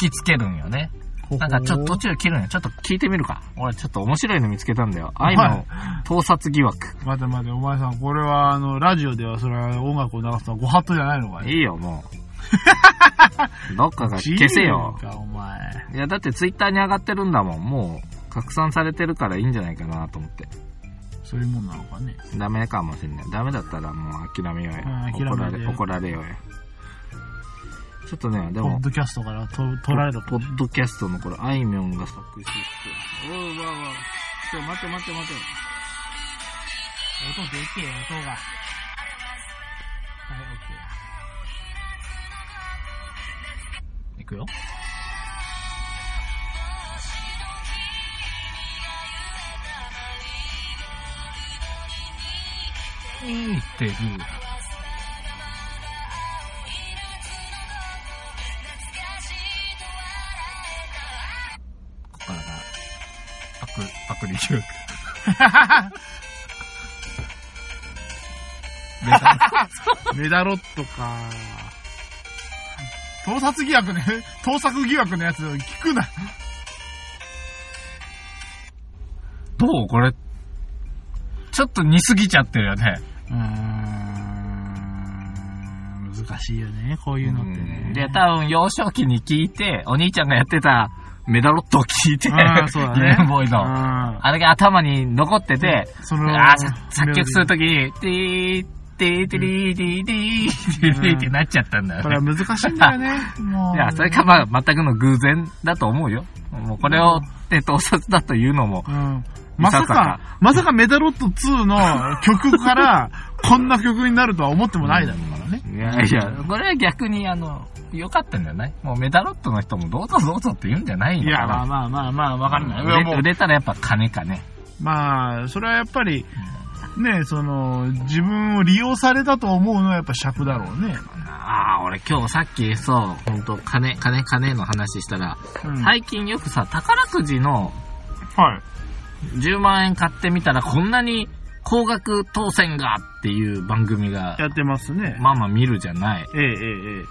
Speaker 1: 引きつけるんよね。なんかちょっと途中で切るんよ。ちょっと聞いてみるか。俺ちょっと面白いの見つけたんだよ。愛の盗撮疑惑。
Speaker 2: 待て待て、お前さん、これは、あの、ラジオでは、それは音楽を流すのはご法度じゃないのかい
Speaker 1: いいよ、も う。どっかが消せよ。
Speaker 2: 自由か、お前。
Speaker 1: いや、だってツイッターに上がってるんだもん。もう、拡散されてるからいいんじゃないかなと思って。
Speaker 2: そういうもんなのかね。
Speaker 1: ダメかもしんない。ダメだったらもう諦めようよ
Speaker 2: うん。諦めて
Speaker 1: 怒られ、怒られようよ。ちょっとね、で
Speaker 2: ポ
Speaker 1: も
Speaker 2: ッ、ドキャストからと取られた
Speaker 1: ポッドキャストのこれ、あいみょんが作詞して。おう わうわ。ちょ、待て待て待て。
Speaker 2: 音でけえ、音が。はい、
Speaker 1: いくよ。
Speaker 2: OK。
Speaker 1: 生きてる。ここ からが、悪、悪理中 学。
Speaker 2: メダロメダロットか。盗撮疑惑ね、盗作疑惑のやつ聞くな。
Speaker 1: どうこれ、ちょっと似すぎちゃってるよね。
Speaker 2: うーん、難しいよね、こういうのってね。
Speaker 1: で、多分幼少期に聞いて、お兄ちゃんがやってたメダロットを聞いて、
Speaker 2: あーそうだね
Speaker 1: ゲームボーイの。
Speaker 2: うん
Speaker 1: あれが頭に残ってて、
Speaker 2: その
Speaker 1: あーさ作曲するときに、ティー、ティーティリーティーティーティーティーってなっちゃったんだよ
Speaker 2: こ
Speaker 1: ね
Speaker 2: れ。は難しいんだ よね。もう。
Speaker 1: いや、それかまあ、全くの偶然だと思うよ。もうこれを、えっと、盗撮だというのも、
Speaker 2: うん。まさ
Speaker 1: いささか
Speaker 2: か、まさかメダロット2の曲から、 こんな曲になるとは思ってもないだろうからね。
Speaker 1: いやいや、これは逆に、あの、良かったんじゃないもうメダロットの人もどうぞどうぞって言うんじゃないの
Speaker 2: い
Speaker 1: かな
Speaker 2: や、まあまあまあまあ、わかんない。いやもう
Speaker 1: 売れ売れたらやっぱ金かね。
Speaker 2: まあ、それはやっぱり、ね、その、自分を利用されたと思うのはやっぱ尺だろうね。
Speaker 1: ああ、俺今日さっきそう、本当金、金、金の話したら、
Speaker 2: うん
Speaker 1: 最近よくさ、宝くじの
Speaker 2: はい。
Speaker 1: 10万円買ってみたらこんなに高額当選がっていう番組が、
Speaker 2: やってますね。
Speaker 1: まあまあ見るじゃない。
Speaker 2: えええええ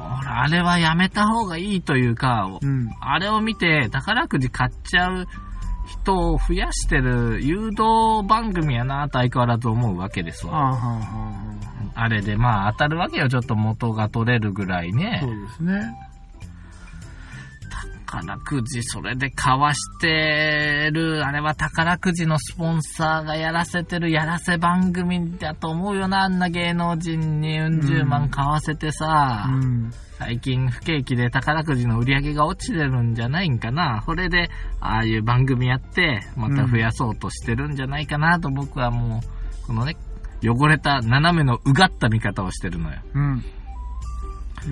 Speaker 1: 俺、あれはやめた方がいいというか、
Speaker 2: え。うん。
Speaker 1: あれを見て宝くじ買っちゃう人を増やしてる誘導番組やなと相変わらず思うわけです
Speaker 2: あ
Speaker 1: わ。
Speaker 2: はあはあは
Speaker 1: あれでまあ当たるわけよ、ちょっと元が取れるぐらい
Speaker 2: あ。
Speaker 1: ね。
Speaker 2: そうですね。
Speaker 1: 宝くじそれでかわしてる、あれは宝くじのスポンサーがやらせてるやらせ番組だと思うよな、あんな芸能人にうん十万買わせてさ、
Speaker 2: うん。
Speaker 1: 最近不景気で宝くじの売り上げが落ちてるんじゃないんかな。それで、ああいう番組やって、また増やそうとしてるんじゃないかなと僕はもう、このね、汚れた斜めのうがった見方をしてるのよ。
Speaker 2: うん。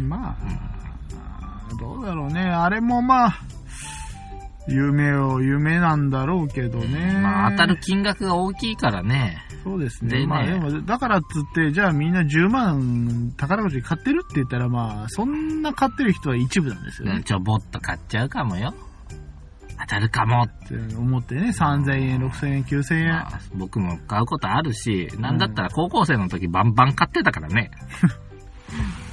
Speaker 2: まあ、どうだろうね。あれもまあ、夢を夢なんだろうけどね。
Speaker 1: まあ当たる金額が大きいからね。
Speaker 2: そうですね。
Speaker 1: でね
Speaker 2: まあでも、だからっつって、じゃあみんな10万宝くじ買ってるって言ったら、まあ、そんな買ってる人は一部なんですよ
Speaker 1: うん、
Speaker 2: ね。
Speaker 1: ちょぼっと買っちゃうかもよ。当たるかも。
Speaker 2: って思ってね、3000円、6000円、9000円。
Speaker 1: まあ僕も買うことあるし、なんだったら高校生の時バンバン買ってたからね。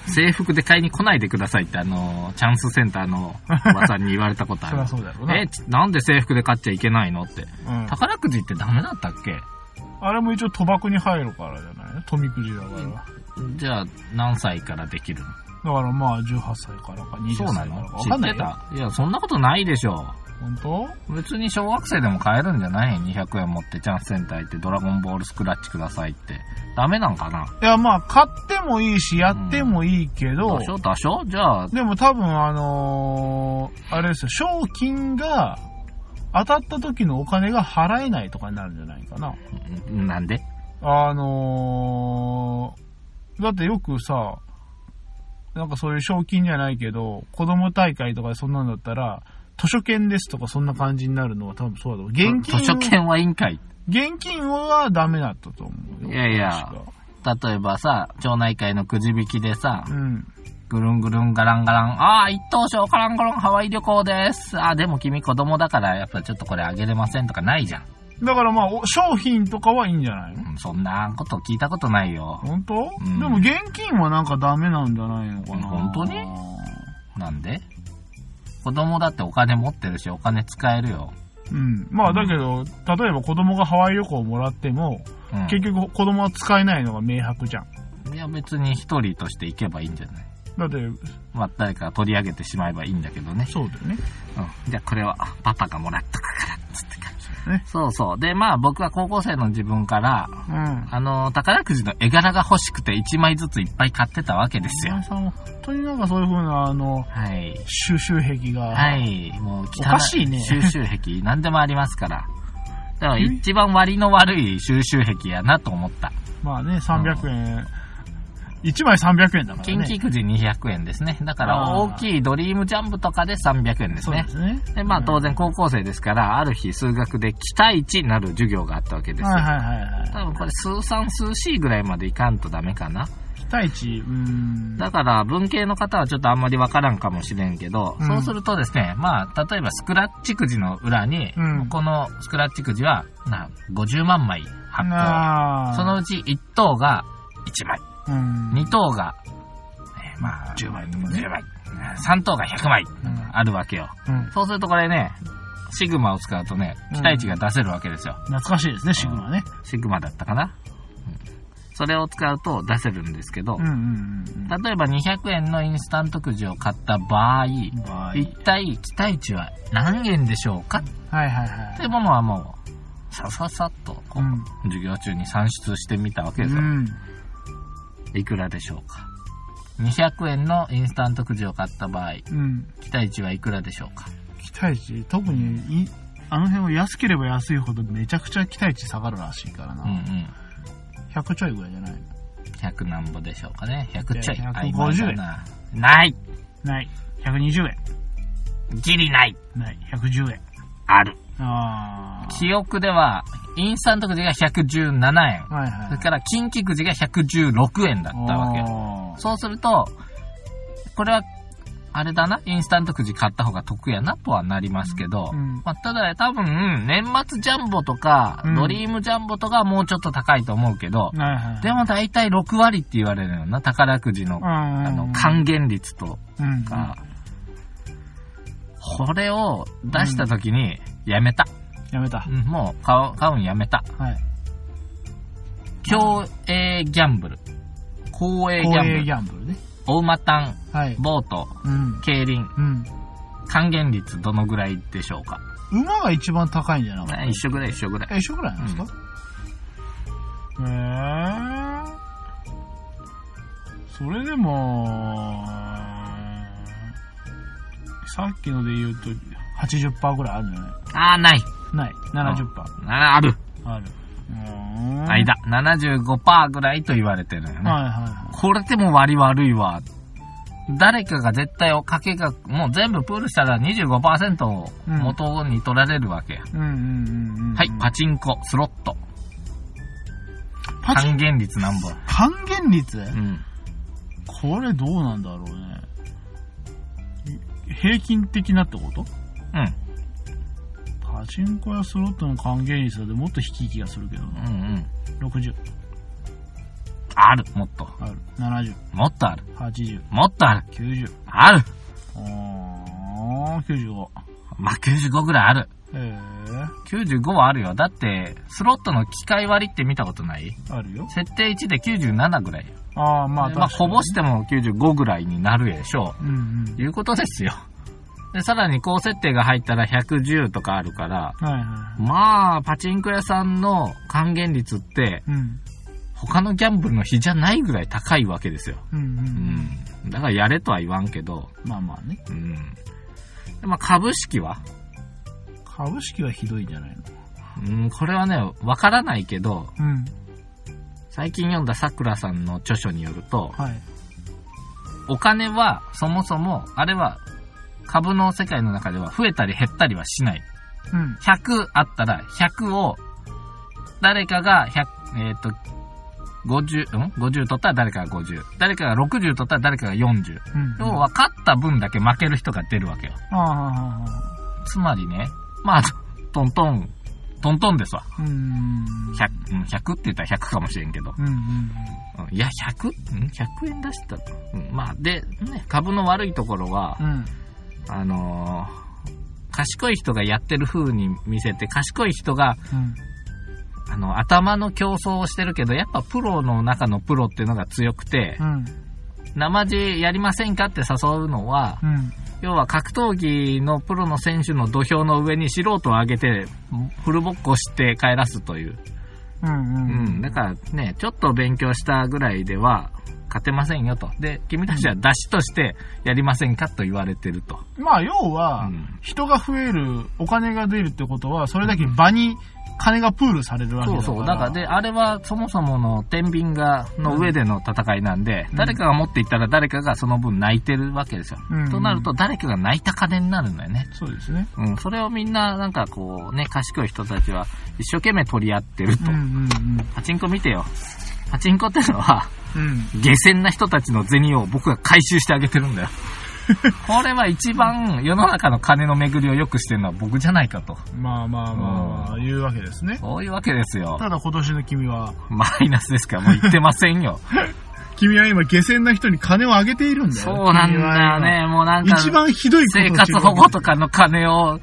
Speaker 1: 制服で買いに来ないでくださいって、あの、チャンスセンターのおばさんに言われた ことある。
Speaker 2: りゃうだろ
Speaker 1: え、ちなんで制服で買っちゃいけないのって。
Speaker 2: うん
Speaker 1: 宝くじってダメだったっけ
Speaker 2: あれも一応賭博に入るからじゃない富くじだから。だ
Speaker 1: じゃあ、何歳からできる
Speaker 2: からまあ、18歳からか20
Speaker 1: のそう
Speaker 2: 歳か
Speaker 1: な
Speaker 2: らか
Speaker 1: の
Speaker 2: わ
Speaker 1: 知
Speaker 2: かん
Speaker 1: っ
Speaker 2: ない
Speaker 1: て
Speaker 2: よ。
Speaker 1: たいや、そんなことないでしょ
Speaker 2: 本当
Speaker 1: 別に小学生でも買えるんじゃない ?200 円持ってチャンスセンター行ってドラゴンボールスクラッチくださいって。ダメなんかない
Speaker 2: や、まあ、買ってもいいし、やってもいいけど、
Speaker 1: 多少多少じゃあ、
Speaker 2: でも多分、あのーあれですよ、賞金が当たった時のお金が払えないとかになるんじゃないかな。
Speaker 1: んなんで
Speaker 2: あのーだってよくさ、なんかそういう賞金じゃないけど、子供大会とかでそんなんだったら、図書券ですとかそんな感じになるのは多分そうだと思う。現金
Speaker 1: 図書券はいいんかい
Speaker 2: 現金はダメだったと思うよ。
Speaker 1: いやいや
Speaker 2: 確か
Speaker 1: 例えばさ、町内会のくじ引きでさ、
Speaker 2: うん。
Speaker 1: ぐるんぐるんガランガラン、ああ、一等賞カランガランハワイ旅行です。ああ、でも君子供だからやっぱちょっとこれあげれませんとかないじゃん。
Speaker 2: だからまあ、お商品とかはいいんじゃないの
Speaker 1: うんそんなこと聞いたことないよ。
Speaker 2: 本当、
Speaker 1: うん
Speaker 2: でも現金はなんかダメなんじゃないのかな
Speaker 1: 本当になんで子供だってお金持ってるし、お金使えるよ。
Speaker 2: うん。まあだけど、例えば子供がハワイ旅行をもらっても、
Speaker 1: うん
Speaker 2: 結局子供は使えないのが明白じゃん。
Speaker 1: いや別に一人として行けばいいんじゃない
Speaker 2: だって、
Speaker 1: まあ誰かが取り上げてしまえばいいんだけどね。
Speaker 2: そうだよね。
Speaker 1: うん。じゃあこれはあパパがもらったから、つって感じ。
Speaker 2: ね
Speaker 1: そうそう。で、まあ僕は高校生の自分から、
Speaker 2: うん。
Speaker 1: あの、宝くじの絵柄が欲しくて1枚ずついっぱい買ってたわけです
Speaker 2: お
Speaker 1: よ
Speaker 2: 前。さんは本当になんかそういう風な、あの、
Speaker 1: はい。
Speaker 2: 収集癖が。
Speaker 1: はい。もう汚い、
Speaker 2: おかしいね
Speaker 1: 収集 癖、何でもありますから。だから一番割の悪い収集癖やなと思った。
Speaker 2: まあね、300円、 1枚300円だから
Speaker 1: 近
Speaker 2: ね。
Speaker 1: 畿くじ200円ですね。だから
Speaker 2: あー
Speaker 1: 大きいドリームジャンプとかで300円です
Speaker 2: そう
Speaker 1: ね
Speaker 2: で。すね。
Speaker 1: で、まあ当然高校生ですから、ある日数学で期待値なる授業があったわけですよ。
Speaker 2: はいはいはいは
Speaker 1: 多分これ数3数 C ぐらいまでいかんとダメかな。
Speaker 2: い。期待値、うーん。
Speaker 1: だから文系の方はちょっとあんまりわからんかもしれんけど、
Speaker 2: うん
Speaker 1: そうするとですね、まあ例えばスクラッチくじの裏に、
Speaker 2: うん
Speaker 1: このスクラッチくじはな50万枚発行。
Speaker 2: あー
Speaker 1: その、うち1等が1枚。
Speaker 2: うん。
Speaker 1: 2等が、えーまあ、
Speaker 2: 10枚とかね
Speaker 1: 10枚。3等が100枚
Speaker 2: うん
Speaker 1: あるわけよ。
Speaker 2: うん
Speaker 1: そうするとこれね、シグマを使うとね、期待値が出せるわけですよ。
Speaker 2: 懐かしいですね、シグマね。
Speaker 1: シグマだったかな、うんそれを使うと出せるんですけど、
Speaker 2: うんうんうん
Speaker 1: 例えば200円のインスタントくじを買った場合、
Speaker 2: うん。場合はい
Speaker 1: 一体期待値は何円でしょうかっ
Speaker 2: はいはい。
Speaker 1: ていうものはもう、さささっとこう、
Speaker 2: うん
Speaker 1: 授業中に算出してみたわけ
Speaker 2: う
Speaker 1: ですよ。
Speaker 2: ん。
Speaker 1: いくらでしょうか200円のインスタントくじを買った場合、
Speaker 2: うん。
Speaker 1: 期待値はいくらでしょうか
Speaker 2: 期待値、特にい、あの辺は安ければ安いほどめちゃくちゃ期待値下がるらしいから
Speaker 1: うんう
Speaker 2: な。
Speaker 1: ん。
Speaker 2: 100ちょいぐらいじゃない
Speaker 1: 100なんぼでしょうかね。100ちょい。
Speaker 2: いや
Speaker 1: 曖昧だ
Speaker 2: 150
Speaker 1: な。ない
Speaker 2: ない。120円。
Speaker 1: ギリない
Speaker 2: ない。110円。
Speaker 1: ある。
Speaker 2: あー。
Speaker 1: 記憶では、インスタントくじが117円。
Speaker 2: はいはい。
Speaker 1: それから、近畿くじが116円だったわけよ。
Speaker 2: おー
Speaker 1: そうすると、これは、あれだな、インスタントくじ買った方が得やなとはなりますけど、
Speaker 2: うん。
Speaker 1: まあ、ただ多分、年末ジャンボとか
Speaker 2: う、ん
Speaker 1: ドリームジャンボとかはもうちょっと高いと思うけど、
Speaker 2: はいはい。
Speaker 1: でも大体6割って言われるよな、宝くじの
Speaker 2: うん、あ
Speaker 1: あの、還元率と
Speaker 2: うん。
Speaker 1: か、これを出した時に、やめた。
Speaker 2: やめた。は
Speaker 1: うんもう買う、買うんやめた。
Speaker 2: い。
Speaker 1: 競泳ギャンブル。公営ギ
Speaker 2: 公
Speaker 1: ャ
Speaker 2: 営
Speaker 1: ンブ
Speaker 2: ギ
Speaker 1: ル。
Speaker 2: ャンブルね。
Speaker 1: 大馬単、
Speaker 2: はい。
Speaker 1: ボート、
Speaker 2: うん。
Speaker 1: 競輪、
Speaker 2: うん。
Speaker 1: 還元率どのぐらいでしょうか。
Speaker 2: 馬が一番高いんじゃなかった
Speaker 1: ね一緒ぐらい一緒ぐらい。
Speaker 2: え一緒ぐらいなんですか、へえそれでもさっきので言うと80%ぐらいあるんじゃな
Speaker 1: あー、ない。
Speaker 2: いない70%
Speaker 1: あある。
Speaker 2: あるうーん
Speaker 1: 間。75%ぐらいと言われてるよね。
Speaker 2: はいはいは
Speaker 1: これでも割悪いわ。誰かが絶対おかけが、もう全部プールしたら25%を元に取られるわけや。
Speaker 2: いうんうんうんうんうん
Speaker 1: はい、パチンコ、スロット。
Speaker 2: パチン
Speaker 1: 還元率なんぼ。
Speaker 2: 還元率、
Speaker 1: うん。
Speaker 2: これどうなんだろうねい平均的なってこと
Speaker 1: うん。
Speaker 2: パチンコやスロットの還元率だってもっと低い気がするけど
Speaker 1: う
Speaker 2: なん
Speaker 1: うん。
Speaker 2: 60
Speaker 1: ある、もっと。
Speaker 2: ある70
Speaker 1: もっとある。
Speaker 2: 80
Speaker 1: もっとある。
Speaker 2: 90
Speaker 1: ある。
Speaker 2: あー95
Speaker 1: まあ、95ぐらいある。
Speaker 2: え
Speaker 1: 95はあるよ。だって、スロットの機械割りって見たことない
Speaker 2: ー、あるよ
Speaker 1: 設定1で97ぐらいよ。
Speaker 2: ああまあ
Speaker 1: でまあ、
Speaker 2: 確か
Speaker 1: こ
Speaker 2: に
Speaker 1: ぼしても95ぐらいになるでしょう。
Speaker 2: うんうん
Speaker 1: いうことですよ。で、さらに高設定が入ったら110とかあるから、
Speaker 2: はいは
Speaker 1: まあ、パチンコ屋さんの還元率って、
Speaker 2: いうん
Speaker 1: 他のギャンブルの比じゃないぐらい高いわけですよ。
Speaker 2: うんうん、う、
Speaker 1: うんん。だからやれとは言わんけど、
Speaker 2: まあまあね
Speaker 1: うん。でまあ、株式は
Speaker 2: 株式はひどいんじゃないの
Speaker 1: うん、これはね、わからないけど、
Speaker 2: うん
Speaker 1: 最近読んだ桜さんの著書によると、
Speaker 2: はい
Speaker 1: お金はそもそも、あれは株の世界の中では増えたり減ったりはしない。
Speaker 2: うん
Speaker 1: 100あったら、100を、誰かが100、えっ、と、50、ん ?50 取ったら誰かが50。誰かが60取ったら誰かが40。
Speaker 2: うん
Speaker 1: 要は、勝った分だけ負ける人が出るわけよ。
Speaker 2: ああ
Speaker 1: つまりね、まあ、トントン、トントンですわ。
Speaker 2: あーうん
Speaker 1: 100、うん100って言ったら100かもしれんけど。
Speaker 2: うんうん
Speaker 1: うんいや、100? ん ?100 円出したと。うんまあ、で、ね、株の悪いところは、
Speaker 2: うん
Speaker 1: あのー賢い人がやってる風に見せて、賢い人が
Speaker 2: うん
Speaker 1: あの、頭の競争をしてるけど、やっぱプロの中のプロっていうのが強くて
Speaker 2: う、ん
Speaker 1: 生地やりませんかって誘うのは、
Speaker 2: うん
Speaker 1: 要は格闘技のプロの選手の土俵の上に素人を上げて、フルボッコして帰らすという。
Speaker 2: うん
Speaker 1: う
Speaker 2: うん
Speaker 1: ん、だからね、ちょっと勉強したぐらいでは、勝てませんよと。で、君たちは出しとしてやりませんかと言われてると。
Speaker 2: まあ要
Speaker 1: う
Speaker 2: は、
Speaker 1: ん。
Speaker 2: 人が増える、お金が出るってことは、それだけ場に金がプールされるわけ
Speaker 1: そ
Speaker 2: だ
Speaker 1: う
Speaker 2: から。
Speaker 1: そう。だから、で、あれはそもそもの天秤が、の上での戦いなんで、
Speaker 2: うん
Speaker 1: 誰かが持っていったら誰かがその分泣いてるわけですよ。
Speaker 2: うん
Speaker 1: となると、、誰かが泣いた金になるんだよね。
Speaker 2: そうですね。
Speaker 1: うん。それをみんな、なんかこう、ね、賢い人たちは一生懸命取り合ってると。
Speaker 2: うんうん
Speaker 1: パチンコ見てよ。パチンコってのは、
Speaker 2: うん。うん。
Speaker 1: 下船な人たちの銭を僕が回収してあげてるん だよ。これは一番世の中の金の巡りを良くしてるのは僕じゃないかと。
Speaker 2: まあまあまあ、まあ、いうわけですね。
Speaker 1: そういうわけですよ。
Speaker 2: ただ今年の君は、
Speaker 1: マイナスですからもう言ってませんよ。
Speaker 2: 君は今下船な人に金をあげているんだよ。
Speaker 1: そうなんだよね。もうなん
Speaker 2: 君
Speaker 1: か
Speaker 2: は今。、一番ひどいことを
Speaker 1: 生
Speaker 2: してる
Speaker 1: 活保護とかの金を突っ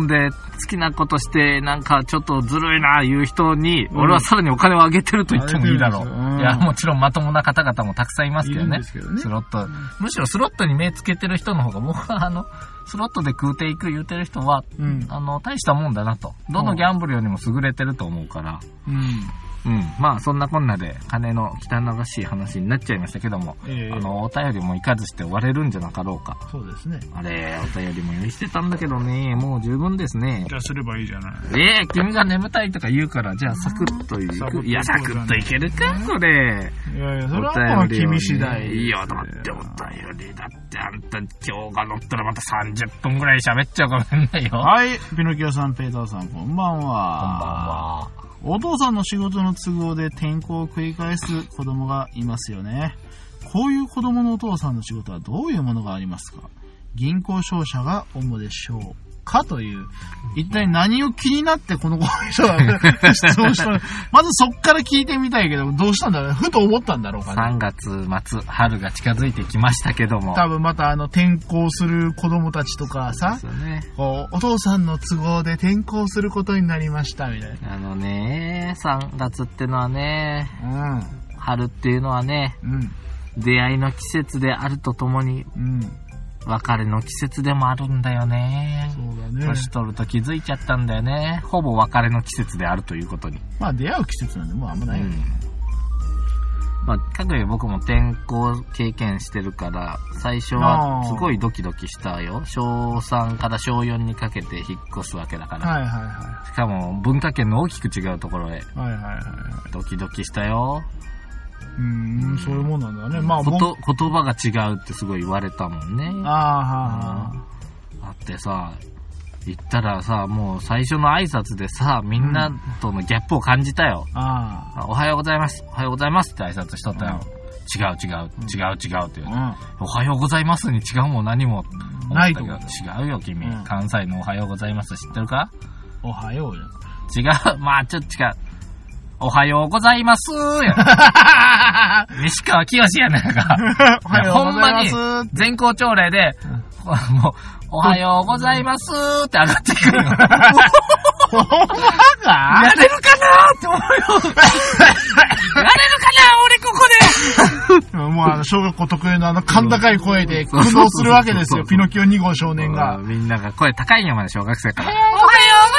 Speaker 1: 込んで好きなことしてなんかちょっとずるいな言う人に、
Speaker 2: うん
Speaker 1: 俺はさらにお金をあげてると言ってもいいだろ
Speaker 2: あげてるんですよう
Speaker 1: う。
Speaker 2: ん
Speaker 1: いや、もちろんまともな方々もたくさんいます
Speaker 2: い
Speaker 1: けど
Speaker 2: るん
Speaker 1: ね
Speaker 2: で。すけどね
Speaker 1: ス。ロット。むしろスロットに目つけてる人の方が僕はあの、スロットで食うていく言うてる人は、
Speaker 2: うん。
Speaker 1: あの、大したもんだなと。どのギャンブルよりも優れてると思うから。
Speaker 2: うん。
Speaker 1: うん。まあ、そんなこんなで金の汚らしい話になっちゃいましたけども。
Speaker 2: ええ
Speaker 1: あの、お便りもいかずして終われるんじゃなかろうか。
Speaker 2: そうですね。
Speaker 1: あれ、お便りも用意してたんだけどね、もう十分ですね。
Speaker 2: じゃあすればいいじゃない。
Speaker 1: ええ君が眠たいとか言うから、じゃあサクッとい
Speaker 2: サクッ
Speaker 1: く。
Speaker 2: と
Speaker 1: いや、サクッといけるか、これ。
Speaker 2: いやいや、そ
Speaker 1: お
Speaker 2: れはもう
Speaker 1: 便りをね
Speaker 2: 君次第。
Speaker 1: いや、だってお便りだって、あんた今日が乗ったらまた30分ぐらい喋っちゃうかもしんないよ。こんばん
Speaker 2: はい、ピノキオさん、ペーターさん、こんばんは。
Speaker 1: は。
Speaker 2: お父さんの仕事の都合で転校を繰り返す子供がいますよね。こういう子供のお父さんの仕事はどういうものがありますか銀行商社が主でしょうかという、一体何を気になってこの子の人が質問 したのまずそっから聞いてみたいけど、どうしたんだろうねふと思ったんだろうかね。
Speaker 1: 3月末、春が近づいてきましたけども。
Speaker 2: 多分またあの転校する子供たちとかさ
Speaker 1: で、すよね。
Speaker 2: こうお父さんの都合で転校することになりましたみたい
Speaker 1: あのね、3月ってのはね、
Speaker 2: な。
Speaker 1: 春っていうのはね、
Speaker 2: うん。うん。
Speaker 1: 出会いの季節であるとともに、
Speaker 2: うん。
Speaker 1: 別れの季節でもあるんだよね。
Speaker 2: そうだね。
Speaker 1: 年取ると気づいちゃったんだよね。ほぼ別れの季節であるということに。
Speaker 2: まあ出会う季節なんでもうあんま
Speaker 1: う
Speaker 2: ないよ
Speaker 1: ん
Speaker 2: ね。。
Speaker 1: まあ、かくいう僕も転校経験してるから、最初はすごいドキドキしたよ。小3から小4にかけて引っ越すわけだから。
Speaker 2: はいはいは
Speaker 1: しかも文化圏の大きく違うところへ
Speaker 2: い。はいはいはいは
Speaker 1: ドキドキしたよ。
Speaker 2: い。うん、そういうもんなんだね。まあ、
Speaker 1: こ
Speaker 2: 僕
Speaker 1: と言葉が違うってすごい言われたもんね。
Speaker 2: ああ、は
Speaker 1: だってさ、行ったらさ、もう最初の挨拶でさ、みんなとのギャップを感じたよ。
Speaker 2: あ、は
Speaker 1: あおはようございます。おはようございますって挨拶しとったよ。違う違う、
Speaker 2: うん
Speaker 1: 違う違うって言う、
Speaker 2: あ。
Speaker 1: おはようございますに違うも何も
Speaker 2: うん。
Speaker 1: 思
Speaker 2: な
Speaker 1: っ
Speaker 2: い
Speaker 1: た
Speaker 2: と
Speaker 1: け
Speaker 2: 思
Speaker 1: ど
Speaker 2: う。
Speaker 1: 違うよ君、
Speaker 2: うん
Speaker 1: 関西のおはようございます知ってるか
Speaker 2: おはよう じゃん。
Speaker 1: 違う。まあちょっと違う。おはようございますや ん西川きよしやねんか。
Speaker 2: おはようございます。
Speaker 1: 全校朝礼で、もう、おはようございますって上がってくる よ。
Speaker 2: ほんまか
Speaker 1: やれるかなって思うよ。やれるかな俺ここ
Speaker 2: もうあの、小学校特有のあの、甲高い声で苦
Speaker 1: そうそうそう
Speaker 2: 悩するわけです
Speaker 1: そうそうそ
Speaker 2: よ。
Speaker 1: う
Speaker 2: ピノキオ2号少
Speaker 1: で
Speaker 2: 年が。
Speaker 1: みんなが声高いんやまで小学生から。おはようござい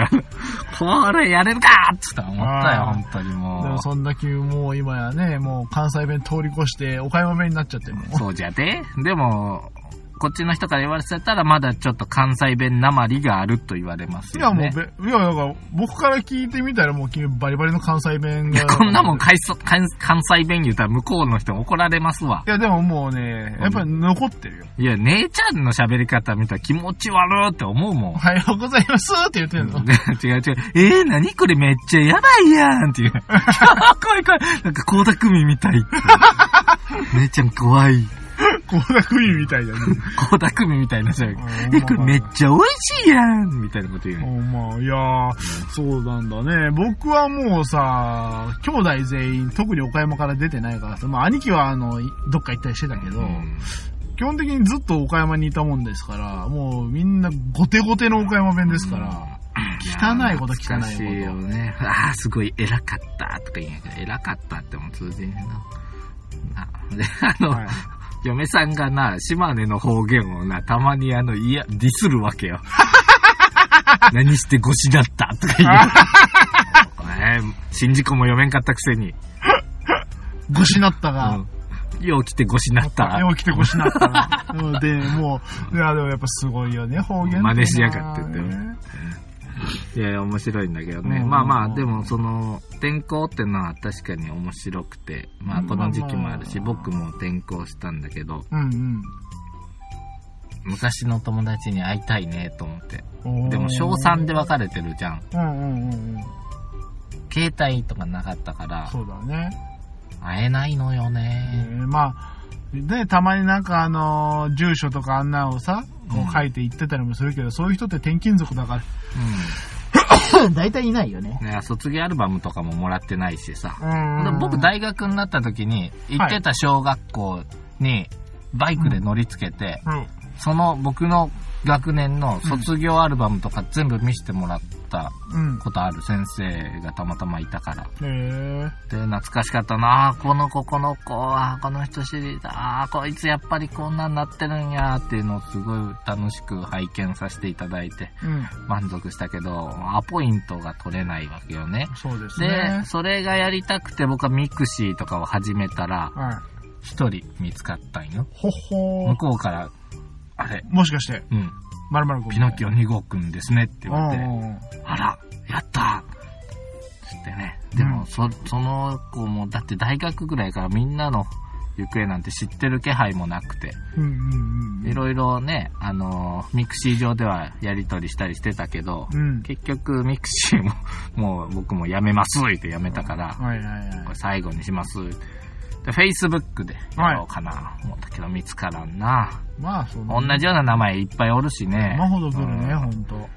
Speaker 1: ますこれやれるかっつったら思ったよ、
Speaker 2: あー
Speaker 1: 本当に
Speaker 2: で
Speaker 1: も
Speaker 2: もそんだけもう今やね、もう関西弁通り越して、岡山弁になっちゃっても
Speaker 1: う。そうじゃで。でも、こっちの人から言わせたらまだちょっと関西弁なまりがあると言われます
Speaker 2: いや
Speaker 1: よ
Speaker 2: も
Speaker 1: ね
Speaker 2: う。べ、いや、だから僕から聞いてみたらもう君バリバリの関西弁が。
Speaker 1: こんなもん関西関関西弁言うたら向こうの人怒られますわ。
Speaker 2: いや、でももうね、やっぱり残ってるよ。
Speaker 1: いや、姉ちゃんの喋り方見たら気持ち悪いって思うもん
Speaker 2: お。はようございますって言ってんの。
Speaker 1: で 違う違う。えー、何これめっちゃやばいやんっていう。 怖い怖い。なんか光田組みたい って。姉ちゃん怖い。
Speaker 2: こんな国みたいだね。
Speaker 1: 光田組みたいな人が
Speaker 2: うん
Speaker 1: え、これめっちゃ美味しいやんみたいなこと言う
Speaker 2: お
Speaker 1: の。
Speaker 2: まあ、いやー、そうなんだね。僕はもうさ、兄弟全員、特に岡山から出てないからさ、まあ兄貴はあの、いどっか行ったりしてたけど、
Speaker 1: うん
Speaker 2: 基本的にずっと岡山にいたもんですから、もうみんなゴテゴテの岡山弁ですから、汚いこと汚
Speaker 1: 懐
Speaker 2: いこ
Speaker 1: かし
Speaker 2: と。
Speaker 1: いよね。ああ、すごい偉かったとか言うんやけど、偉かったっても通じんな。あであの、
Speaker 2: はい
Speaker 1: 嫁さんがな、島根の方言をな、たまにあの、いや、ディスるわけ よ。何してごしだったとか 言う。えー、新宿も読めんかったくせに。
Speaker 2: ごしなったが、
Speaker 1: うん、よう来てごしなった。
Speaker 2: よう来てごしなったが。うんで、もう、いや、でもやっぱすごいよね、方言ってのは
Speaker 1: 真似しやがってって
Speaker 2: ね
Speaker 1: いやいや、面白いんだけどね。
Speaker 2: うん
Speaker 1: まあまあ、でもその、転校ってのは確かに面白くて、まあこの時期もあるし、
Speaker 2: うん
Speaker 1: 僕も転校したんだけど、
Speaker 2: うん
Speaker 1: 昔の友達に会いたいねと思って。
Speaker 2: うん。
Speaker 1: でも小3で別れてるじゃん。
Speaker 2: る。うんうんうんうん。
Speaker 1: 携帯とかなかったから、
Speaker 2: そうだね。
Speaker 1: 会えないのよ
Speaker 2: え
Speaker 1: ね。
Speaker 2: ーまあ、で、たまになんかあのー住所とかあんなをさ、こ
Speaker 1: うん
Speaker 2: う書いていってたりもするけど、そういう人って転勤族だから、 大体いないよね
Speaker 1: う。ん。ね卒業アルバムとかももらってないしさ。
Speaker 2: うん
Speaker 1: で僕大学になった時に、行ってた小学校に、バイクで乗りつけて、
Speaker 2: うん。
Speaker 1: その僕の学年の卒業アルバムとか全部見せてもらった
Speaker 2: うん。
Speaker 1: ことある先生がたまたまいたから。
Speaker 2: へえ
Speaker 1: で、懐かしかったなあこの子、この子、ああこの人知りだ、ああこいつやっぱりこんなんなってるんや、っていうのをすごい楽しく拝見させていただいて
Speaker 2: うん。
Speaker 1: 満足したけど、アポイントが取れないわけよね。
Speaker 2: そうです
Speaker 1: で
Speaker 2: ね、。
Speaker 1: それがやりたくて僕はミクシーとかを始めたら、
Speaker 2: はい。
Speaker 1: 一人見つかったんよ。
Speaker 2: ほほー
Speaker 1: 向こうから、あれ、
Speaker 2: もしかして、
Speaker 1: うん、
Speaker 2: まるまる
Speaker 1: ピノキオ2号くんですねって言われて、
Speaker 2: う
Speaker 1: あら、やったつってね。でも、
Speaker 2: うん
Speaker 1: そ、その子も、だって大学ぐらいからみんなの行方なんて知ってる気配もなくて、
Speaker 2: んうんうんうん。
Speaker 1: いろいろね、あのー、ミクシー上ではやりとりしたりしてたけど、
Speaker 2: うん。
Speaker 1: 結局ミクシーも、も う僕もやめますってやめたから、
Speaker 2: はいはいはい。
Speaker 1: これ最後にします。で、Facebook でやろうかな、思ったけど見つからんな。
Speaker 2: まあ、その
Speaker 1: 同じような名前いっぱいおるしね。
Speaker 2: 山ほど来る
Speaker 1: う
Speaker 2: ね、
Speaker 1: ん
Speaker 2: ほんと。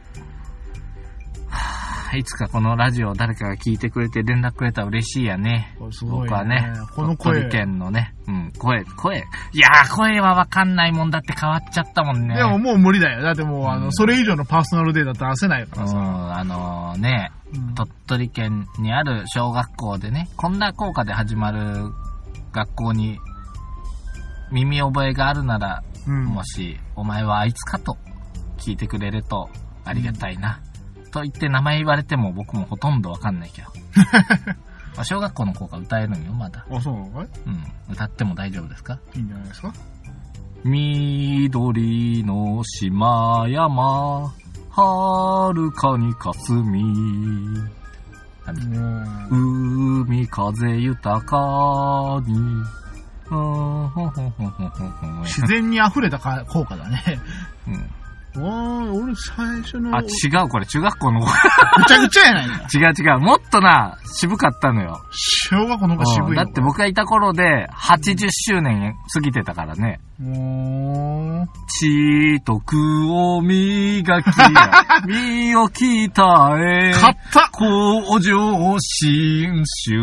Speaker 1: いつかこのラジオを誰かが聞いてくれて連絡くれたら嬉しいやね。
Speaker 2: これすごい
Speaker 1: 僕はね
Speaker 2: ね。この声。
Speaker 1: 鳥取
Speaker 2: で
Speaker 1: 県のね。うん、声、声。いやー、声はわかんないもんだって変わっちゃったもんね。
Speaker 2: ももう無理だよ。だってもう、あ
Speaker 1: うん
Speaker 2: の、それ以上のパーソナルデータ出せないか
Speaker 1: う
Speaker 2: らさ。
Speaker 1: ん、あのね、
Speaker 2: うん
Speaker 1: 鳥取県にある小学校でね、こんな校歌で始まる学校に耳覚えがあるなら、
Speaker 2: うん
Speaker 1: もし、お前はあいつかと聞いてくれるとありがたいな。と言って名前言われても僕もほとんどわかんない けど。まあ小学校の校歌歌えるんよ、まだ。
Speaker 2: あ、そうなのかい
Speaker 1: うん。歌っても大丈夫ですか
Speaker 2: いいんじゃないですか
Speaker 1: 緑の島山、はるかに霞。
Speaker 2: うん。
Speaker 1: 海風豊かに。うんほんほんほんほんほんほん
Speaker 2: 自然に溢れたか効果 だね。
Speaker 1: うん
Speaker 2: おー、俺最初の。
Speaker 1: あ、
Speaker 2: ぐ
Speaker 1: 違う、これ中学校の校
Speaker 2: ちゃぐちゃやないか。
Speaker 1: 違う違う。もっとな、渋かったのよ。
Speaker 2: 小学校の方が渋い
Speaker 1: うん
Speaker 2: よ。
Speaker 1: だって僕がいた頃で、80周年過ぎてたからね。
Speaker 2: も
Speaker 1: 血と徳を磨き、身を鍛え
Speaker 2: う、、買った
Speaker 1: 向上心衆、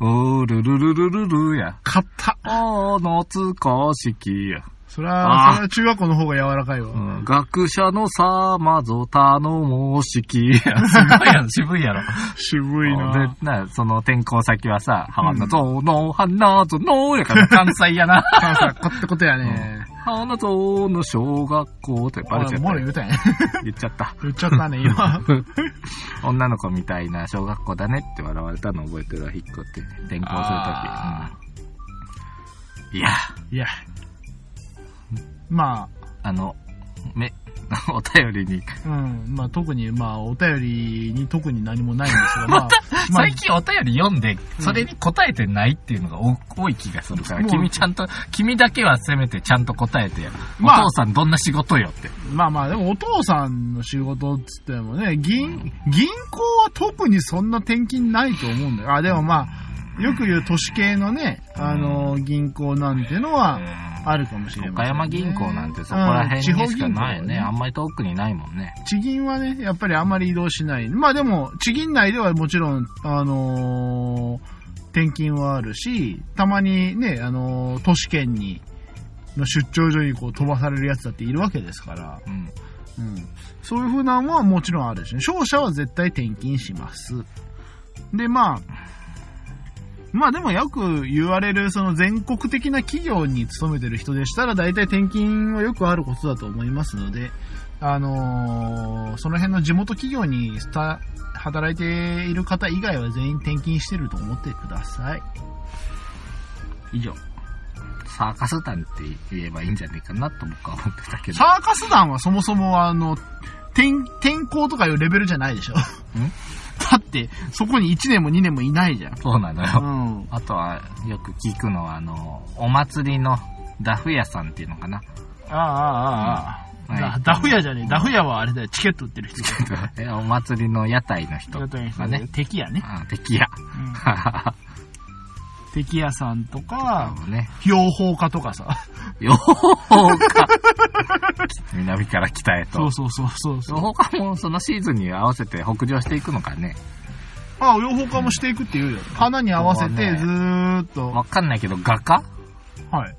Speaker 1: うるるるるるるや。
Speaker 2: 買った
Speaker 1: あのつかしきや。
Speaker 2: それは
Speaker 1: あー
Speaker 2: それは中学校の方が柔らかいわ。
Speaker 1: うん学者のさまぞ頼もしきや。すごいやろ、渋いやろ。
Speaker 2: 渋いな。
Speaker 1: で、な、その転校先はさ、花園、の花園やから関西やな。
Speaker 2: 母さん、買ってことやね。
Speaker 1: 花園の小学校ってバレちゃっ
Speaker 2: も
Speaker 1: た
Speaker 2: う。言うたんや。
Speaker 1: 言っちゃった。
Speaker 2: 言っちゃったね、今。
Speaker 1: 女の子みたいな小学校だねって笑われたの覚えてるわ、引っ越って。転校
Speaker 2: あ
Speaker 1: するとき。うんいや、
Speaker 2: いや。ま
Speaker 1: あの、め、お便りに。
Speaker 2: あ、うん。まあ、特に、まあ、お便りに特に何もないんです が、まあ、まあ
Speaker 1: 最近お便り読んで、それに答えてないっていうのが多多い気がするから、
Speaker 2: もう
Speaker 1: 君ちゃんと、君だけはせめてちゃんと答えてよ。お
Speaker 2: まあ
Speaker 1: 父さんどんな仕事よって。
Speaker 2: まあまあ、でもお父さんの仕事っつってもね、銀、銀行は特にそんな転勤ないと思うんだよ。あ、でもまあ、よく言う都市系のね、あの、銀行なんてのは、あるかもしれ
Speaker 1: 岡
Speaker 2: ません、
Speaker 1: 山銀行なんてそこら辺にしかないよ
Speaker 2: うん地方銀行
Speaker 1: ね。
Speaker 2: ね
Speaker 1: あんまり遠くにないもんね。
Speaker 2: 地銀はね、やっぱりあまり移動しない。まあでも、地銀内ではもちろん、あのー転勤はあるし、たまにね、あのー都市圏に、の出張所にこう飛ばされるやつだっているわけですから、
Speaker 1: うん。
Speaker 2: うん。そういう風なのはもちろんあるしね。商社は絶対転勤します。で、まあ、まあでもよく言われる、その全国的な企業に勤めてる人でしたら、大体転勤はよくあることだと思いますので、あのーその辺の地元企業にスタ働いている方以外は全員転勤してると思ってください。以上。
Speaker 1: サーカス団って言えばいいんじゃねえかなと僕は思ってたけど。
Speaker 2: サーカス団はそもそもあの、転、転校とかいうレベルじゃないでしょ。だって、そこに1年も2年もいないじゃん。
Speaker 1: そうなのよ。
Speaker 2: うん。
Speaker 1: あとは、よく聞くのは、あの、お祭りのダフ屋さんっていうのかな。
Speaker 2: ああ、ああ、ああ。
Speaker 1: は
Speaker 2: だ
Speaker 1: い
Speaker 2: ダフ屋じゃねえ。ダフ屋はあれだよ。チケット売ってる人。
Speaker 1: えお祭りの屋台の人
Speaker 2: だったりす
Speaker 1: が
Speaker 2: る
Speaker 1: ね。
Speaker 2: 敵やね。
Speaker 1: あ敵屋。
Speaker 2: うん 敵屋さんと
Speaker 1: あ
Speaker 2: か、
Speaker 1: のね、
Speaker 2: 養蜂家とかさ。
Speaker 1: 養蜂家。南から北へ
Speaker 2: そ
Speaker 1: と
Speaker 2: う。そうそうそうそう。
Speaker 1: 養蜂家もそのシーズンに合わせて北上していくのかね。
Speaker 2: ああ、養蜂家もしていくって言うよ。花に合わせ
Speaker 1: そうね
Speaker 2: てずーっと。
Speaker 1: わかんないけど、画家
Speaker 2: はい。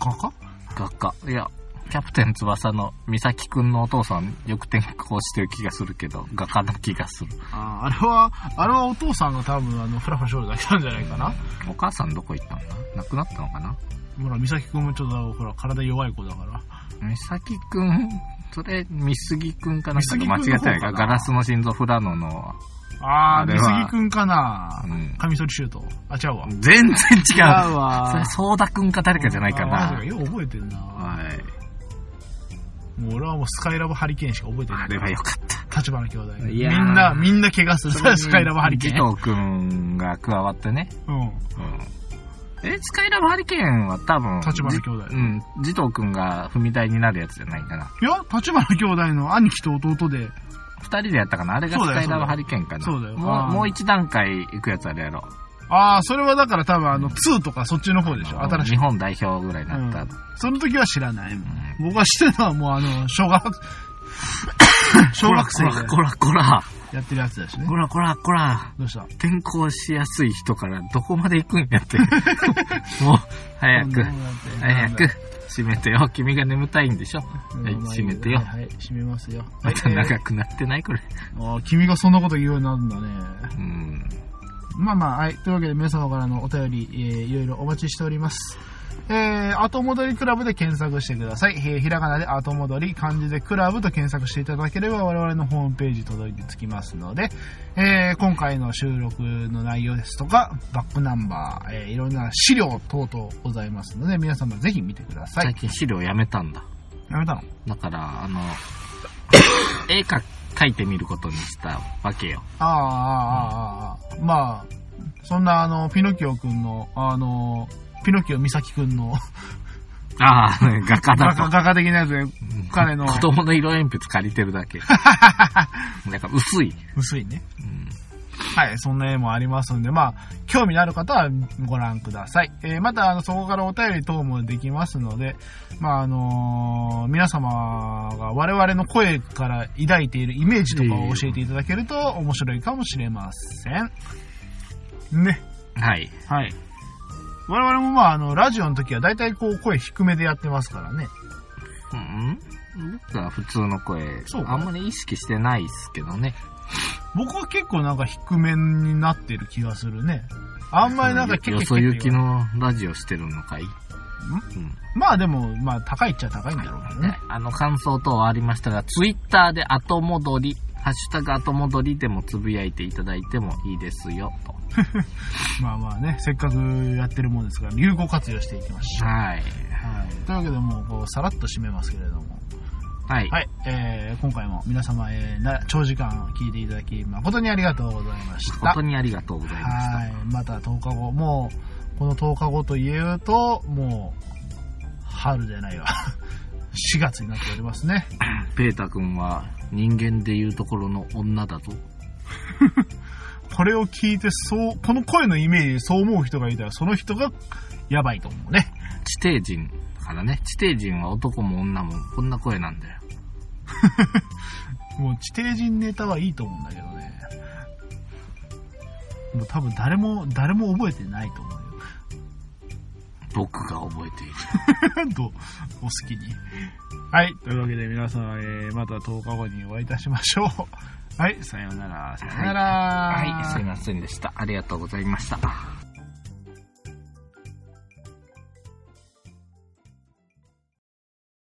Speaker 2: 画家
Speaker 1: 画家。いや、キャプテン翼の美咲くんのお父さん、よく転校してる気がするけど、画家の気がする。
Speaker 2: ああ、あれは、あれはお父さんが多分、あの、フラフラしょるだけなんじゃないかな。
Speaker 1: お母さんどこ行ったんだ亡くなったのかな
Speaker 2: ほら、美咲くんもちょっと、ほら、体弱い子だから。
Speaker 1: 美咲くん、それ、美杉くんかなんかと
Speaker 2: 美
Speaker 1: 間
Speaker 2: 杉く
Speaker 1: 違
Speaker 2: んの
Speaker 1: ってないか
Speaker 2: 方かな
Speaker 1: ガラスの心臓フラノの、
Speaker 2: あ
Speaker 1: あ
Speaker 2: ー、
Speaker 1: れ
Speaker 2: 美
Speaker 1: は
Speaker 2: 杉くんかな
Speaker 1: うん
Speaker 2: カミソリシュート。あ、違うわ。違
Speaker 1: 全然違う。
Speaker 2: う
Speaker 1: そ
Speaker 2: わ
Speaker 1: れ、。ソーダくんか誰かじゃないか
Speaker 2: あマ
Speaker 1: な
Speaker 2: ジ。よう覚えてんな。
Speaker 1: はい。
Speaker 2: もう俺はもうスカイラブハリケーンしか覚えてな
Speaker 1: あ
Speaker 2: い。
Speaker 1: れはよかった。
Speaker 2: 立花兄弟。
Speaker 1: い
Speaker 2: み
Speaker 1: やー
Speaker 2: んな、みんな怪我する。スカイラブハリケーン。
Speaker 1: 義藤くんが加わってね。
Speaker 2: うん。
Speaker 1: うん。え、スカイラブハリケーンは多分、
Speaker 2: 立花兄弟
Speaker 1: じうん。児童くんが踏み台になるやつじゃないかな。
Speaker 2: いや、立花兄弟の兄貴と弟で、
Speaker 1: 二人でやったかなあれが
Speaker 2: そ
Speaker 1: ス
Speaker 2: うだよ
Speaker 1: カイラブハリケーンかな
Speaker 2: そうだよ
Speaker 1: も
Speaker 2: あ
Speaker 1: う、
Speaker 2: ー
Speaker 1: もう一段階行くやつあれやろ。
Speaker 2: あー、それはだから多分あの、2とかそっちの方でしょ。新し
Speaker 1: 日
Speaker 2: い。
Speaker 1: 本代表ぐらいになった。
Speaker 2: うんその時は知らないもん。僕は知ってたのはもうあの、小学、小学生
Speaker 1: こら
Speaker 2: で
Speaker 1: こらこら、
Speaker 2: やってるやつだしね
Speaker 1: こ。らこらこら、
Speaker 2: どうした
Speaker 1: 転校しやすい人からどこまで行くんやって。 もう、早く、早く、閉めてよ。君が眠たいんでしょ。はい、閉めてよ。
Speaker 2: はい、閉めますよ。
Speaker 1: また長くなってないこれ。
Speaker 2: ああ、君がそんなこと言うようになるんだね。
Speaker 1: うん。
Speaker 2: まあまあ、はい。というわけで皆様からのお便り、えーいろいろお待ちしております。えー、後戻りクラブで検索してください。えーひらがなで後戻り、漢字でクラブと検索していただければ我々のホームページ届いてつきますので、えー今回の収録の内容ですとか、バックナンバー、えーいろんな資料等々ございますので、皆様ぜひ見てください。
Speaker 1: 最近資料やめたんだ。
Speaker 2: やめたの
Speaker 1: だから、 あの、絵か描いてみることにしたわけよ。
Speaker 2: ああ、ああ、ああ、ああ。まあ、そんなあの、ピノキオくんの、あの、ピノキオ美咲くんの、
Speaker 1: ああ、画家だ
Speaker 2: 画
Speaker 1: と
Speaker 2: 家。画家的なやつで、彼の
Speaker 1: 子供の色鉛筆借りてるだ け。なんか薄い。
Speaker 2: 薄いね。
Speaker 1: うん
Speaker 2: はい、そんな絵もありますんで、まあ、興味のある方はご覧ください。えーまた、あの、そこからお便り等もできますので、まあ、あのー皆様が我々の声から抱いているイメージとかを教えていただけると面白いかもしれません。ね。
Speaker 1: はい。
Speaker 2: はい。我々もまあ、あの、ラジオの時は大体こう、声低めでやってますからね。
Speaker 1: うん僕は普通の声
Speaker 2: そう、か
Speaker 1: あんまり意識してないっすけどね。
Speaker 2: 僕は結構なんか低めになってる気がするね。あんまりなんか
Speaker 1: そ
Speaker 2: 結
Speaker 1: の
Speaker 2: 構
Speaker 1: よそ行きのラジオしてるのかいうん
Speaker 2: まあでも、まあ高いっちゃ高いんだろうけど
Speaker 1: ね
Speaker 2: ね。
Speaker 1: あの、感想等はありましたが、ツイッターで後戻り、ハッシュタグ後戻りでもつぶやいていただいてもいいですよ、と。
Speaker 2: まあまあね、せっかくやってるもんですから、有効活用していきましょう。
Speaker 1: はい。
Speaker 2: はい。というわけでもう、こう、さらっと締めますけれども。
Speaker 1: はい。
Speaker 2: はい。えー、今回も皆様、えーな、長時間聞いていただき、誠にありがとうございました。
Speaker 1: 本当にありがとうございました。
Speaker 2: はい。また10日後、もう、この10日後と言うと、もう、春じゃないわ。4月になっておりますね。
Speaker 1: ペータ君は人間でいうところの女だぞ。
Speaker 2: これを聞いて、そう、この声のイメージでそう思う人がいたら、その人が、やばいと思うね。
Speaker 1: 地底人だからね。地底人は男も女もこんな声なんだよ。
Speaker 2: もう地底人ネタはいいと思うんだけどね。もう多分誰も、誰も覚えてないと思うよ。
Speaker 1: 僕が覚えている。
Speaker 2: どうお好きに。はい。というわけで皆さん、えーまた10日後にお会いいたしましょう。はい。さようなら。さようなら。
Speaker 1: はい、すいませんでした。ありがとうございました。